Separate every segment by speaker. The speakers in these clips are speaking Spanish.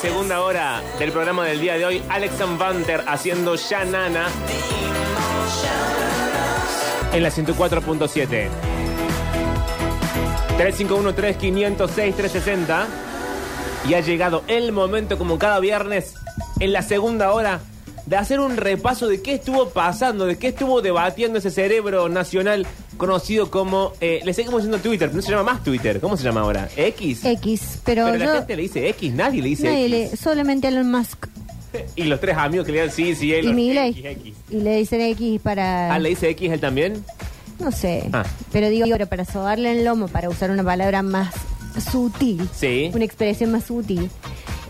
Speaker 1: segunda hora del programa del día de hoy. Alex Van Vanter haciendo Ya Nana en la 104.7. 351-3506-360. Y ha llegado el momento, como cada viernes, en la segunda hora, de hacer un repaso de qué estuvo pasando, de qué estuvo debatiendo ese cerebro nacional conocido como. eh, le seguimos diciendo Twitter, no se llama más Twitter, ¿cómo se llama ahora? ¿X?
Speaker 2: X, pero,
Speaker 1: Pero
Speaker 2: yo.
Speaker 1: la gente le dice X, nadie le dice
Speaker 2: nadie
Speaker 1: X.
Speaker 2: le- solamente Elon Musk
Speaker 1: Y los tres amigos que le dan sí, sí, él.
Speaker 2: y Milei.
Speaker 1: X, X.
Speaker 2: Y le dicen X para.
Speaker 1: Ah, le dice X él también.
Speaker 2: No sé.
Speaker 1: Ah.
Speaker 2: Pero digo, pero para sobarle el lomo, para usar una palabra más sutil.
Speaker 1: Sí.
Speaker 2: Una expresión más sutil.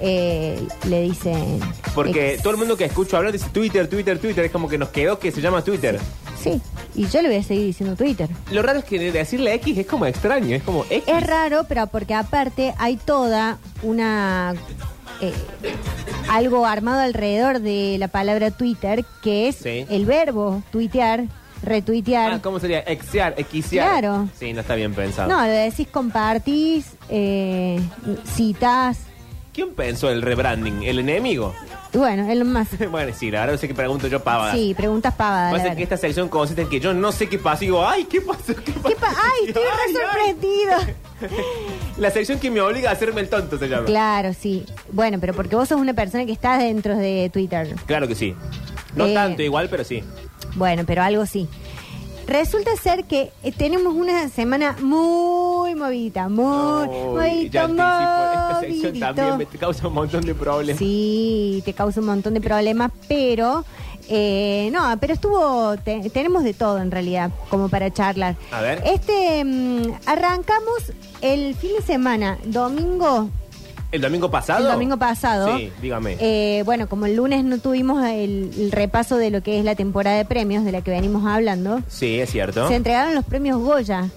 Speaker 2: eh, le dicen.
Speaker 1: Porque
Speaker 2: X.
Speaker 1: todo el mundo que escucho hablar dice Twitter, Twitter, Twitter. Es como que nos quedó que se llama Twitter.
Speaker 2: Sí. Y yo le voy a seguir diciendo Twitter.
Speaker 1: Lo raro es que decirle X es como extraño, es como X.
Speaker 2: Es raro, pero porque aparte hay toda una. eh, algo armado alrededor de la palabra Twitter, que es
Speaker 1: Sí.
Speaker 2: el verbo tuitear, retuitear.
Speaker 1: Ah, ¿Cómo sería? Exear, Xear.
Speaker 2: Claro.
Speaker 1: Sí, no está bien pensado.
Speaker 2: no, le decís compartís, eh, citás.
Speaker 1: ¿Quién pensó el rebranding? ¿El enemigo?
Speaker 2: Y Bueno, es lo más.
Speaker 1: bueno, sí, la verdad es que pregunto yo pavadas.
Speaker 2: Sí, preguntas pavadas. la
Speaker 1: Pasa que
Speaker 2: verdad.
Speaker 1: esta sección consiste en que yo no sé qué pasó y digo, ay, ¿qué pasó? ¿Qué pasó?
Speaker 2: ¿Qué pa- ¡Ay, estoy re
Speaker 1: Ay, ay.
Speaker 2: sorprendido!
Speaker 1: La sección que me obliga a hacerme el tonto se llama.
Speaker 2: Claro, sí. Bueno, pero porque vos sos una persona que está dentro de Twitter.
Speaker 1: Claro que sí. No
Speaker 2: Eh.
Speaker 1: tanto igual, pero sí.
Speaker 2: Bueno, pero algo sí. Resulta ser que eh, tenemos una semana muy movida, muy
Speaker 1: Uy, ya
Speaker 2: movidito,
Speaker 1: anticipo, esta sección
Speaker 2: movidito.
Speaker 1: también me causa un montón de problemas.
Speaker 2: Sí, te causa un montón de problemas, pero eh, no, pero estuvo, te- tenemos de todo en realidad, como para charlar.
Speaker 1: A ver.
Speaker 2: Este, mm, arrancamos el fin de semana, domingo,
Speaker 1: ¿El domingo pasado?
Speaker 2: el domingo pasado.
Speaker 1: Sí, dígame.
Speaker 2: Eh, bueno, como el lunes no tuvimos el, el repaso de lo que es la temporada de premios de la que venimos hablando,
Speaker 1: sí, es cierto.
Speaker 2: se entregaron los premios Goya.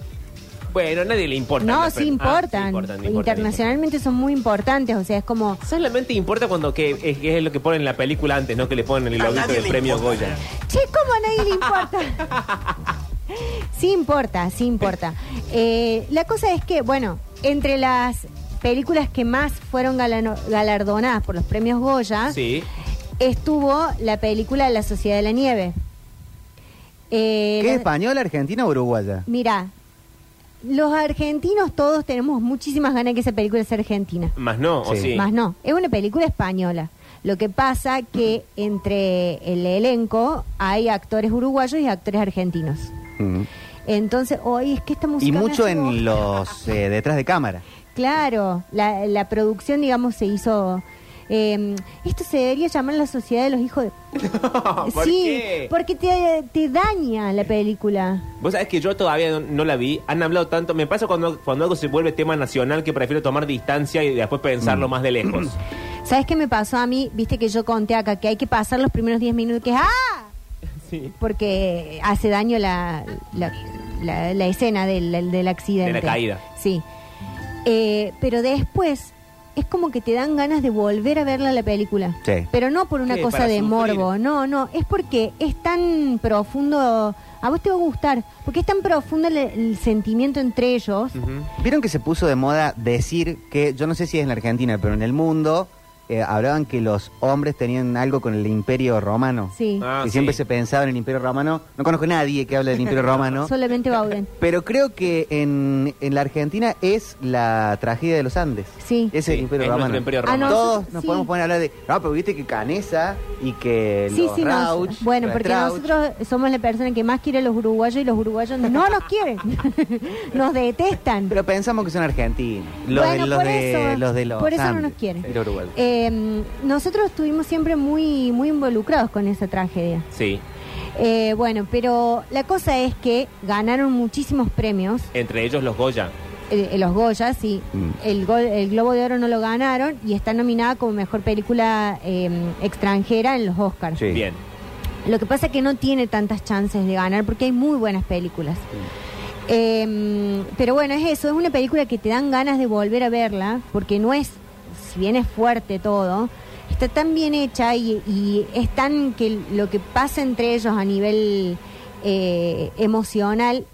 Speaker 1: Bueno, a nadie le importa.
Speaker 2: no,
Speaker 1: Las
Speaker 2: sí
Speaker 1: pre- Ah,
Speaker 2: importan.
Speaker 1: importan, importan.
Speaker 2: Internacionalmente son muy importantes, o sea, es como...
Speaker 1: Solamente importa cuando que es, que es lo que ponen en la película antes, no que le ponen el loguito del premio Goya.
Speaker 2: Che, ¿cómo a nadie le importa? sí importa, sí importa. Eh, la cosa es que, bueno, entre las películas que más fueron galano- galardonadas por los premios Goya,
Speaker 1: Sí.
Speaker 2: estuvo la película La Sociedad de la Nieve. Eh,
Speaker 3: ¿Qué
Speaker 2: la-
Speaker 3: es española, argentina o uruguaya?
Speaker 2: Mira, los argentinos todos tenemos muchísimas ganas de que esa película sea argentina.
Speaker 1: Más no, o
Speaker 3: Sí.
Speaker 1: sí.
Speaker 2: Más no, es una película española. Lo que pasa que entre el elenco hay actores uruguayos y actores argentinos.
Speaker 3: Mm.
Speaker 2: Entonces, hoy es que esta música...
Speaker 3: Y
Speaker 2: me
Speaker 3: mucho
Speaker 2: hace
Speaker 3: en
Speaker 2: voz-
Speaker 3: los eh, detrás de cámara.
Speaker 2: Claro, la, la producción, digamos, se hizo... eh, esto se debería llamar la sociedad de los hijos de...
Speaker 1: ¿Por
Speaker 2: sí,
Speaker 1: qué?
Speaker 2: porque te, te daña la película.
Speaker 1: Vos sabés que yo todavía no, no la vi. Han hablado tanto. Me pasa cuando, cuando algo se vuelve tema nacional que prefiero tomar distancia y después pensarlo más de lejos.
Speaker 2: ¿Sabes qué me pasó a mí? Viste que yo conté acá que hay que pasar los primeros 10 minutos que es ¡ah!
Speaker 1: Sí.
Speaker 2: Porque hace daño la, la, la- la escena del, del- del accidente.
Speaker 1: De la caída.
Speaker 2: Sí. Eh, pero después es como que te dan ganas de volver a verla la película.
Speaker 3: Sí.
Speaker 2: Pero no por una
Speaker 1: Sí,
Speaker 2: cosa
Speaker 1: para
Speaker 2: de
Speaker 1: sufrir.
Speaker 2: morbo, no, no. Es porque es tan profundo. A vos te va a gustar. Porque es tan profundo el, el sentimiento entre ellos.
Speaker 1: Ujú.
Speaker 3: Vieron que se puso de moda decir que, yo no sé si es en la Argentina, pero en el mundo, eh, hablaban que los hombres tenían algo con el imperio romano.
Speaker 2: Sí.
Speaker 1: Ah,
Speaker 3: y siempre
Speaker 1: sí.
Speaker 3: se pensaba en el imperio romano. No conozco a nadie que hable del imperio romano.
Speaker 2: Solamente Bauden.
Speaker 3: Pero creo que en, en la Argentina es la tragedia de los Andes.
Speaker 2: Sí.
Speaker 3: Es el
Speaker 1: Sí,
Speaker 3: Imperio
Speaker 1: es
Speaker 3: Romano.
Speaker 1: nuestro Imperio
Speaker 2: Ah, no,
Speaker 1: Romano.
Speaker 3: Todos
Speaker 2: sí.
Speaker 3: nos podemos poner a hablar de. No, pero viste que Canesa y que
Speaker 2: Sí,
Speaker 3: los
Speaker 2: sí, nos-
Speaker 3: Rauch,
Speaker 2: bueno,
Speaker 3: los
Speaker 2: porque
Speaker 3: Strauch.
Speaker 2: nosotros somos la persona que más quiere a los uruguayos y los uruguayos no nos quieren, nos detestan.
Speaker 3: Pero pensamos que son argentinos. Los
Speaker 2: Bueno,
Speaker 3: de los
Speaker 2: por
Speaker 3: de
Speaker 2: eso-
Speaker 3: los de los
Speaker 2: por eso no
Speaker 3: Andes.
Speaker 2: nos quieren.
Speaker 3: Y los uruguayos.
Speaker 2: Eh, nosotros estuvimos siempre muy, muy involucrados con esa tragedia.
Speaker 1: Sí.
Speaker 2: Eh, bueno, pero la cosa es que ganaron muchísimos premios,
Speaker 1: Entre ellos los Goya.
Speaker 2: eh, los Goyas, sí,
Speaker 3: Mm.
Speaker 2: el, Go- el Globo de Oro no lo ganaron y está nominada como mejor película eh, extranjera en los Oscars.
Speaker 3: Sí.
Speaker 1: Bien.
Speaker 2: Lo que pasa es que no tiene tantas chances de ganar porque hay muy buenas películas. Eh, pero bueno, es eso, es una película que te dan ganas de volver a verla porque no es, si bien es fuerte todo, está tan bien hecha y, y es tan que lo que pasa entre ellos a nivel eh, emocional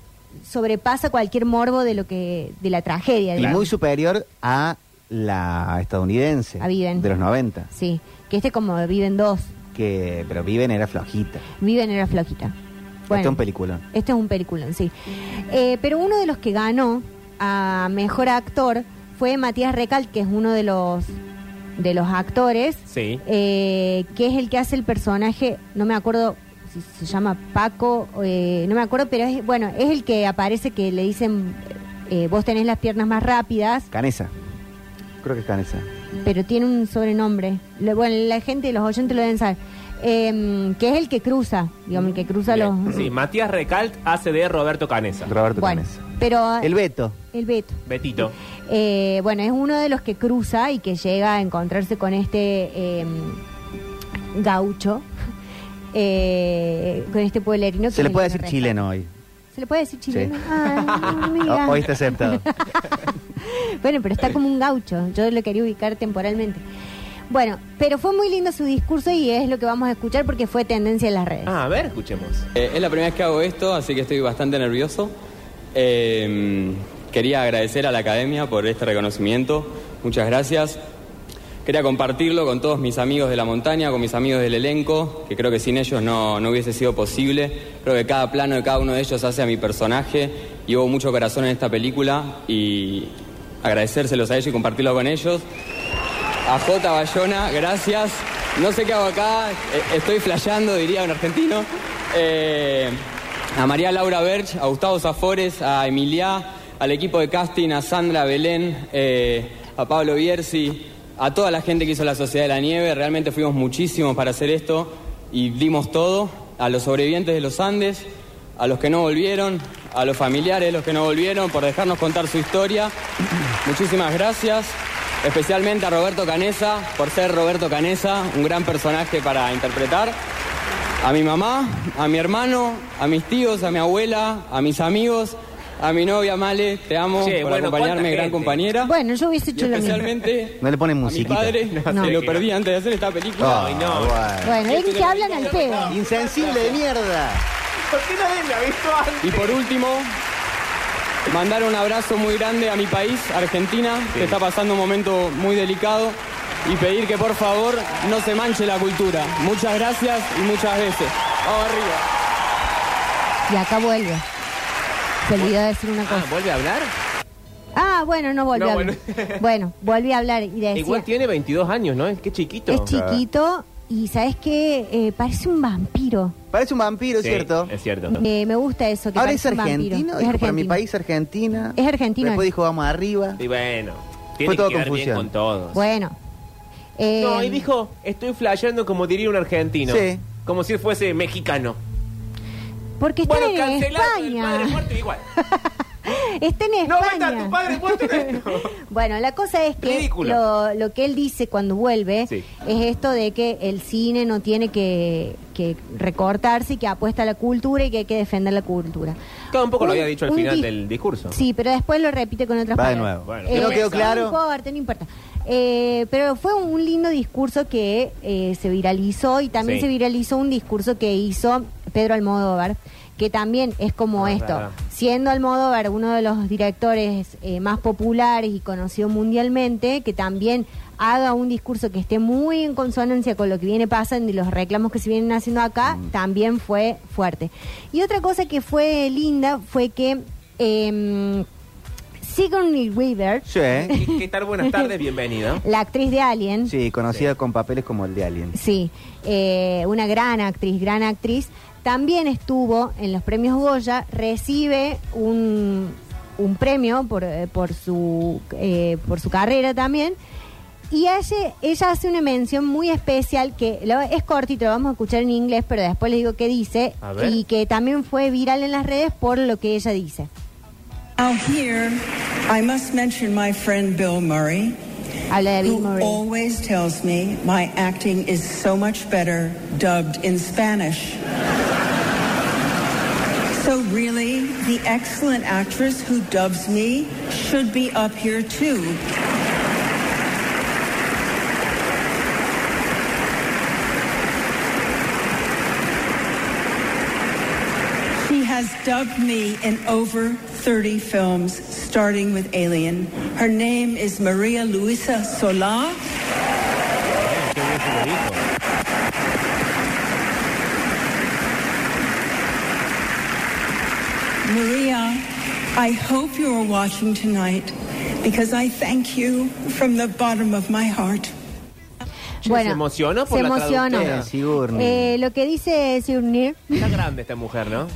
Speaker 2: sobrepasa cualquier morbo de lo que de la tragedia.
Speaker 3: Y
Speaker 2: digamos.
Speaker 3: muy superior a la estadounidense
Speaker 2: A Viven.
Speaker 3: de los 90,
Speaker 2: Sí, que este como Viven dos,
Speaker 3: que pero Viven era flojita.
Speaker 2: Viven era flojita.
Speaker 3: Esto es un peliculón.
Speaker 2: Este es un peliculón, sí. Eh, pero uno de los que ganó a mejor actor fue Matías Recal, que es uno de los de los actores,
Speaker 1: Sí.
Speaker 2: eh, que es el que hace el personaje, no me acuerdo si se llama Paco, eh, no me acuerdo, pero es bueno, es el que aparece que le dicen eh, vos tenés las piernas más rápidas,
Speaker 3: Canesa. Creo que es Canesa.
Speaker 2: pero tiene un sobrenombre. Lo- bueno, la gente, los oyentes lo deben saber. Em, que es el que cruza, digamos, el que cruza
Speaker 1: Bien.
Speaker 2: los...
Speaker 1: Sí, Matías Recalt hace de Roberto Canesa.
Speaker 3: Roberto
Speaker 2: Bueno,
Speaker 3: Canesa.
Speaker 2: pero...
Speaker 3: El Beto.
Speaker 2: el Beto.
Speaker 1: Betito.
Speaker 2: Eh, bueno, es uno de los que cruza y que llega a encontrarse con este eh, gaucho, eh, con este pueblerino. que
Speaker 3: Se le puede
Speaker 2: viene
Speaker 3: decir
Speaker 2: a
Speaker 3: chileno hoy.
Speaker 2: rescatar. ¿Se le puede decir chileno?
Speaker 3: Sí.
Speaker 2: Ay, Ah, mira.
Speaker 3: O- Hoy está aceptado.
Speaker 2: Bueno, pero está como un gaucho. Yo lo quería ubicar temporalmente. Bueno, pero fue muy lindo su discurso y es lo que vamos a escuchar porque fue tendencia en las redes.
Speaker 1: Ah, a ver, escuchemos.
Speaker 4: Eh, es la primera vez que hago esto, así que estoy bastante nervioso. Eh, quería agradecer a la academia por este reconocimiento. Muchas gracias. Quería compartirlo con todos mis amigos de la montaña, con mis amigos del elenco, que creo que sin ellos no, no hubiese sido posible. Creo que cada plano de cada uno de ellos hace a mi personaje y hubo mucho corazón en esta película y agradecérselos a ellos y compartirlo con ellos. A J. Bayona, gracias. No sé qué hago acá, eh, estoy flasheando, diría un argentino. Eh, a María Laura Berch, a Gustavo Zafores, a Emilia, al equipo de casting, a Sandra Belén, eh, a Pablo Bierzi, a toda la gente que hizo la Sociedad de la Nieve. Realmente fuimos muchísimos para hacer esto y dimos todo. A los sobrevivientes de los Andes, a los que no volvieron, a los familiares de los que no volvieron por dejarnos contar su historia. Muchísimas gracias. Especialmente a Roberto Canesa, por ser Roberto Canesa, un gran personaje para interpretar. A mi mamá, a mi hermano, a mis tíos, a mi abuela, a mis amigos, a mi novia Male, te amo
Speaker 1: Che,
Speaker 4: por
Speaker 1: bueno, ¿cuánta
Speaker 4: acompañarme, gran
Speaker 1: gente?
Speaker 4: compañera.
Speaker 2: Bueno, yo hubiese
Speaker 4: y
Speaker 2: hecho lo mismo.
Speaker 4: especialmente
Speaker 3: No le ponen
Speaker 4: a mi
Speaker 3: musiquita. Ah.
Speaker 4: padre,
Speaker 1: No.
Speaker 4: que lo perdí antes de hacer esta película.
Speaker 1: Ay, no.
Speaker 3: Oh, bueno.
Speaker 2: Bueno, ven que hablan al pedo.
Speaker 3: Insensible de mierda.
Speaker 1: ¿Por qué nadie me ha visto antes?
Speaker 4: Y por último, mandar un abrazo muy grande a mi país, Argentina, que está pasando un momento muy delicado, y pedir que por favor no se manche la cultura. Muchas gracias y muchas veces.
Speaker 1: Oh,
Speaker 4: Vamos arriba.
Speaker 2: Y acá vuelve. Se olvidó de decir una cosa.
Speaker 1: Ah, ¿vuelve a hablar?
Speaker 2: Ah, bueno, no volvió
Speaker 1: No,
Speaker 2: a hablar.
Speaker 1: bueno.
Speaker 2: Bueno. volví a hablar y decía,
Speaker 1: Igual tiene 22 años, ¿no? Qué chiquito.
Speaker 2: es chiquito y ¿sabes qué? Eh, parece un vampiro. Eh,
Speaker 3: Parece un vampiro,
Speaker 1: Sí,
Speaker 3: ¿cierto?
Speaker 1: Es cierto.
Speaker 2: Me, me gusta eso, que
Speaker 3: Ahora es
Speaker 2: parece un vampiro.
Speaker 3: argentino. dijo, Para mi país, Argentina.
Speaker 2: Es argentino.
Speaker 3: Después dijo, vamos arriba.
Speaker 1: Y bueno, tiene
Speaker 3: todo
Speaker 1: que quedar bien
Speaker 3: confusión.
Speaker 1: con todos.
Speaker 2: Bueno. Eh,
Speaker 1: No, y dijo, estoy flasheando como diría un argentino.
Speaker 3: Sí.
Speaker 1: Como si fuese mexicano.
Speaker 2: Porque está
Speaker 1: bueno,
Speaker 2: en
Speaker 1: cancelado el
Speaker 2: España.
Speaker 1: padre muerto igual.
Speaker 2: Está en
Speaker 1: No,
Speaker 2: España.
Speaker 1: vete a tu padre muerto en esto.
Speaker 2: Bueno, la cosa es que
Speaker 1: Ridículo.
Speaker 2: lo, lo que él dice cuando vuelve
Speaker 1: Sí.
Speaker 2: es esto de que el cine no tiene que, que recortarse y que apuesta a la cultura y que hay que defender la cultura.
Speaker 1: Todo un poco lo
Speaker 2: Un-
Speaker 1: había dicho al
Speaker 2: un
Speaker 1: final
Speaker 2: dis-
Speaker 1: del discurso.
Speaker 2: Sí, pero después lo repite con otras
Speaker 3: Va de
Speaker 2: palabras.
Speaker 3: nuevo.
Speaker 1: Bueno,
Speaker 3: Que no
Speaker 1: Eh,
Speaker 3: quedó
Speaker 2: No
Speaker 3: claro.
Speaker 2: importa, no importa. Eh, pero fue un, un lindo discurso que eh, se viralizó y también
Speaker 1: Sí.
Speaker 2: se viralizó un discurso que hizo Pedro Almodóvar, que también es como
Speaker 1: Ah,
Speaker 2: esto.
Speaker 1: verdad.
Speaker 2: Siendo Almodóvar uno de los directores eh, más populares y conocido mundialmente, que también haga un discurso que esté muy en consonancia con lo que viene pasando y los reclamos que se vienen haciendo acá, también fue fuerte. Y otra cosa que fue linda fue que... Eh, Sigourney Weaver,
Speaker 3: Sí.
Speaker 1: ¿Qué, qué tal? Buenas tardes, bienvenida.
Speaker 2: la actriz de Alien. Sí.
Speaker 3: Sí, conocida con papeles como el de Alien.
Speaker 2: eh, una gran actriz, gran actriz. También estuvo en los premios Goya, recibe un, un premio por, eh, por, su, eh, por su carrera también. Y hace- ella hace una mención muy especial que lo- es cortito, lo vamos a escuchar en inglés, pero después le digo qué dice.
Speaker 1: A ver.
Speaker 2: Y que también fue viral en las redes por lo que ella dice.
Speaker 5: Out here, I must mention my friend Bill Murray,
Speaker 2: Habla de Bill
Speaker 5: who
Speaker 2: Murray.
Speaker 5: always tells me my acting is so much better dubbed in Spanish. so, really, the excellent actress who dubs me should be up here too. She has dubbed me in over 30 films, starting with Alien. Her name is Maria Luisa Solá.
Speaker 1: Qué bien se lo dijo.
Speaker 5: Maria, I hope you are watching tonight because I thank you from the bottom of my heart.
Speaker 1: Che, se emocionó por
Speaker 2: se
Speaker 1: la
Speaker 2: emocionó.
Speaker 1: traductora.
Speaker 3: Sí, Sigourney.
Speaker 2: Eh, lo que dice Sigourney,
Speaker 1: Está grande esta mujer, ¿no?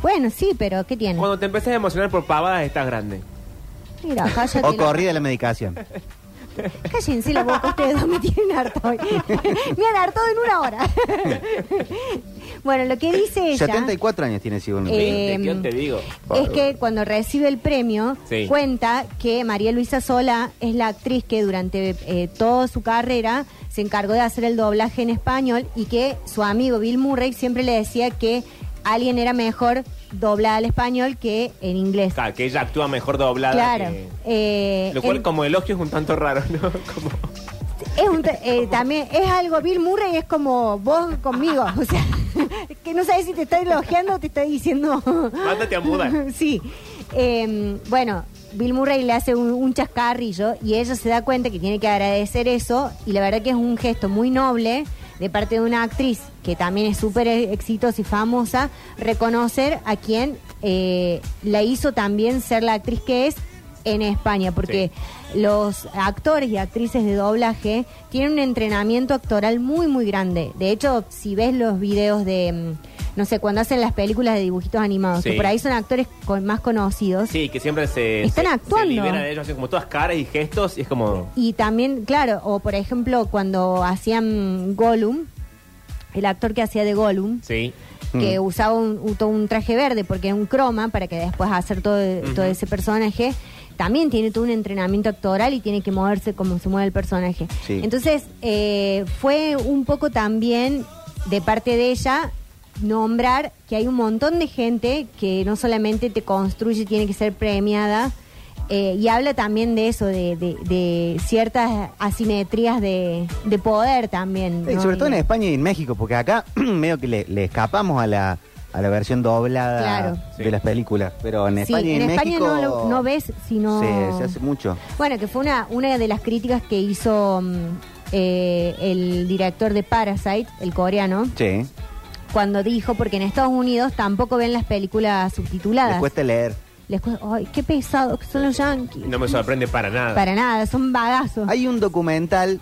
Speaker 2: bueno, sí, pero ¿qué tiene?
Speaker 1: Cuando te empezás a emocionar por pavadas, estás grande.
Speaker 2: Mira, cállate
Speaker 3: O
Speaker 2: la-
Speaker 3: corrida la medicación.
Speaker 2: Cállense la boca, ustedes dos me tienen harto hoy. me han hartado en una hora. bueno, lo que dice ella
Speaker 3: 74 años tiene Sigourney.
Speaker 2: Eh,
Speaker 1: ¿Viste? ¿Qué te digo?
Speaker 2: es que cuando recibe el premio,
Speaker 1: Sí.
Speaker 2: cuenta que María Luisa Sola es la actriz que durante eh, toda su carrera se encargó de hacer el doblaje en español y que su amigo Bill Murray siempre le decía que alguien era mejor doblada al español que en inglés.
Speaker 1: Claro, que ella actúa mejor doblada.
Speaker 2: Claro.
Speaker 1: que-
Speaker 2: Eh,
Speaker 1: Lo cual,
Speaker 2: en-
Speaker 1: como elogio, es un tanto raro, ¿no? Como...
Speaker 2: Es un te- eh, también es algo, Bill Murray es como vos conmigo, o sea, que no sabes si te está elogiando o te está diciendo...
Speaker 1: Mándate a mudar.
Speaker 2: sí. Eh, bueno, Bill Murray le hace un, un chascarrillo y ella se da cuenta que tiene que agradecer eso y la verdad que es un gesto muy noble de parte de una actriz que también es súper e, exitosa y famosa, reconocer a quien eh, la hizo también ser la actriz que es en España, porque los actores y actrices de doblaje tienen un entrenamiento actoral muy, muy grande. De hecho, si ves los videos de, mm, no sé, cuando hacen las películas de dibujitos animados,
Speaker 1: Sí.
Speaker 2: que por ahí son actores con, más conocidos.
Speaker 1: Sí, que siempre se.
Speaker 2: Están
Speaker 1: se-
Speaker 2: actuando.
Speaker 1: Se liberan de ellos, hacen como todas caras y gestos, y es como.
Speaker 2: Y también, claro, o por ejemplo, cuando hacían Gollum, el actor que hacía de Gollum,
Speaker 1: Sí.
Speaker 2: que
Speaker 3: Mm.
Speaker 2: usaba un, usó un traje verde porque es un croma para que después hacer todo, todo ese personaje, también tiene todo un entrenamiento actoral y tiene que moverse como se mueve el personaje.
Speaker 3: Sí.
Speaker 2: Entonces, eh, fue un poco también de parte de ella nombrar que hay un montón de gente que no solamente te construye, tiene que ser premiada. eh, y habla también de eso, de, de- de ciertas asimetrías de, de poder también.
Speaker 3: Y
Speaker 2: ¿no?
Speaker 3: sobre todo en
Speaker 2: Y-
Speaker 3: España y en México, porque acá medio que le, le escapamos a la, a la versión doblada
Speaker 2: Claro.
Speaker 3: de
Speaker 1: Sí.
Speaker 3: las películas. Pero en
Speaker 2: Sí,
Speaker 3: España y en,
Speaker 2: en España
Speaker 3: México.
Speaker 2: no lo- no ves, sino-
Speaker 3: Se, se hace mucho.
Speaker 2: Bueno, que fue una, una de las críticas que hizo mm, eh, el director de Parasite, el coreano,
Speaker 3: Sí.
Speaker 2: cuando dijo, porque en Estados Unidos tampoco ven las películas subtituladas.
Speaker 3: Les cuesta leer.
Speaker 2: Les cuesta- ay, qué pesados que son los yankees.
Speaker 1: No me sorprende para nada.
Speaker 2: Para nada, son bagazos.
Speaker 3: Hay un documental,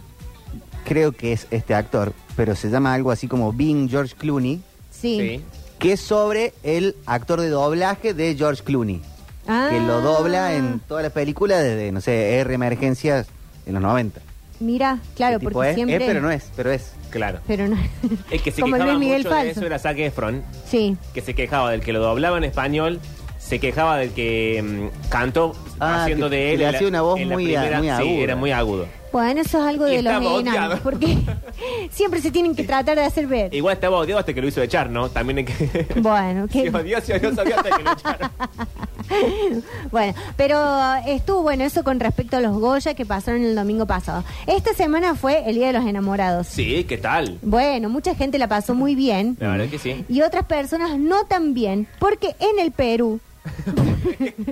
Speaker 3: creo que es este actor, pero se llama algo así como Being George Clooney,
Speaker 2: sí.
Speaker 1: Sí.
Speaker 3: que es sobre el actor de doblaje de George Clooney.
Speaker 2: Ah.
Speaker 3: que lo dobla en todas las películas desde, no sé, R Emergencias en los 90.
Speaker 2: Mira, claro,
Speaker 3: El tipo
Speaker 2: porque
Speaker 3: es,
Speaker 2: siempre...
Speaker 3: es, pero no es, pero es.
Speaker 1: Claro.
Speaker 2: pero no-
Speaker 1: Es que se
Speaker 2: como
Speaker 1: quejaba
Speaker 2: Luis Miguel
Speaker 1: mucho de
Speaker 2: Falso.
Speaker 1: eso era Zac Efron,
Speaker 2: Sí.
Speaker 1: que se quejaba del que lo doblaba en español, se quejaba del que mm, cantó
Speaker 3: Ah,
Speaker 1: haciendo
Speaker 3: que-
Speaker 1: de
Speaker 3: que
Speaker 1: él.
Speaker 3: le
Speaker 1: en la-
Speaker 3: hacía una voz
Speaker 1: en la
Speaker 3: muy a-
Speaker 1: primera-
Speaker 3: muy
Speaker 1: Sí,
Speaker 3: aguda.
Speaker 1: era muy agudo.
Speaker 2: Bueno, eso es algo
Speaker 1: Y
Speaker 2: de los
Speaker 1: estaba
Speaker 2: enanos,
Speaker 1: odiado.
Speaker 2: porque siempre se tienen que tratar de hacer ver.
Speaker 1: Igual estaba odiado hasta que lo hizo echar, ¿no? También hay que...
Speaker 2: Bueno, que-
Speaker 1: Se odió, se odió, se odió hasta que lo echaron.
Speaker 2: Bueno, pero estuvo bueno eso con respecto a los Goya que pasaron el domingo pasado. Esta semana fue el Día de los Enamorados.
Speaker 1: Sí, ¿qué tal?
Speaker 2: Bueno, mucha gente la pasó muy bien
Speaker 1: La verdad que sí.
Speaker 2: y otras personas no tan bien, porque en el Perú,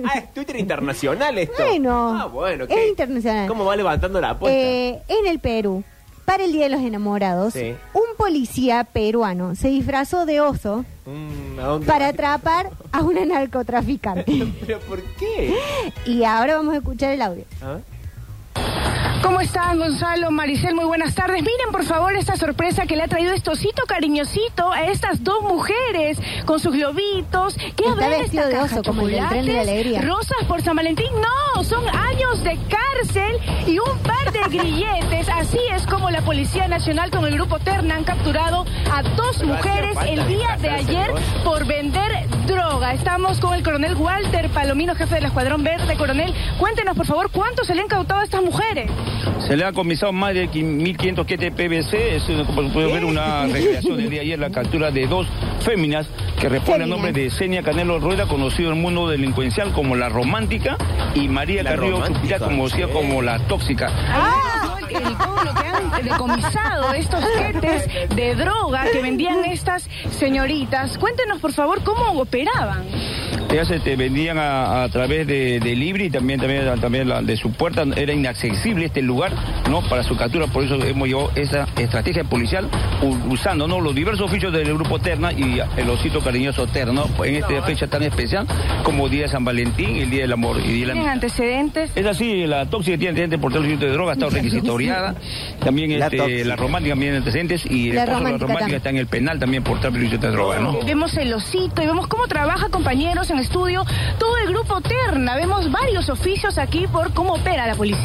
Speaker 1: Ah, es Twitter internacional esto.
Speaker 2: Bueno,
Speaker 1: Ah, bueno.
Speaker 2: es
Speaker 1: ¿qué?
Speaker 2: internacional.
Speaker 1: ¿Cómo va levantando la apuesta?
Speaker 2: eh, en el Perú, para el Día de los Enamorados,
Speaker 1: Sí.
Speaker 2: un policía peruano se disfrazó de oso
Speaker 1: Mm, ¿a dónde
Speaker 2: para
Speaker 1: va?
Speaker 2: atrapar a una narcotraficante.
Speaker 1: ¿Pero por qué?
Speaker 2: y ahora vamos a escuchar el audio.
Speaker 1: ¿Ah?
Speaker 6: ¿Cómo están, Gonzalo? Maricel, muy buenas tardes. Miren, por favor, esta sorpresa que le ha traído Estocito Cariñosito a estas dos mujeres con sus globitos. ¿Qué
Speaker 2: Está
Speaker 6: habrá en
Speaker 2: vestido
Speaker 6: esta
Speaker 2: de
Speaker 6: caja?
Speaker 2: oso, como el del tren de la
Speaker 6: ¿Chocolates?
Speaker 2: alegría.
Speaker 6: ¿Rosas por San Valentín? No, son años de cárcel y un par de grilletes. Así es como la Policía Nacional con el Grupo Terna han capturado a dos
Speaker 1: Pero hacía
Speaker 6: mujeres
Speaker 1: falta
Speaker 6: el día de
Speaker 1: disfrazarse,
Speaker 6: ayer
Speaker 1: ¿no?
Speaker 6: por vender droga. Estamos con el coronel Walter Palomino, jefe del Escuadrón Verde. Coronel, cuéntenos, por favor, ¿cuánto se le ha incautado a estas mujeres?
Speaker 7: Se le ha comisado más de 1.500 kg PVC. Es, eh, como puede ver, una recreación del día de ayer, la captura de dos féminas que responden al nombre de Senia Canelo Rueda, conocido en el mundo delincuencial como la romántica, y María
Speaker 1: La
Speaker 7: Carrillo
Speaker 1: Romántica.
Speaker 7: Cupidá, conocida como la tóxica.
Speaker 6: Ah, el, el- todo lo que han decomisado estos jetes de droga que vendían estas señoritas. Cuéntenos, por favor, cómo operaban.
Speaker 7: ellas este, vendían a, a través de, de Libri y también, también, también la- de su puerta. Era inaccesible este lugar no para su captura, por eso hemos llevado esa estrategia policial u- usando ¿no? los diversos oficios del grupo Terna y el osito cariñoso Terna ¿no? en esta fecha tan especial como Día de San Valentín, el Día del Amor y Día de la
Speaker 6: ¿Tienen
Speaker 7: Amistad.
Speaker 6: antecedentes?
Speaker 7: Es así, la tóxica tiene antecedentes por tráfico de drogas, está requisitoriada. También
Speaker 3: La
Speaker 7: este,
Speaker 3: tóxica.
Speaker 7: la romántica tiene antecedentes y el esposo de
Speaker 2: La
Speaker 7: la
Speaker 2: romántica
Speaker 7: romántica
Speaker 2: también.
Speaker 7: está en el penal también por tráfico de drogas, ¿no?
Speaker 6: Vemos el osito y vemos cómo trabaja compañeros en estudio, todo el grupo Terna. Vemos varios oficios aquí por cómo opera la policía.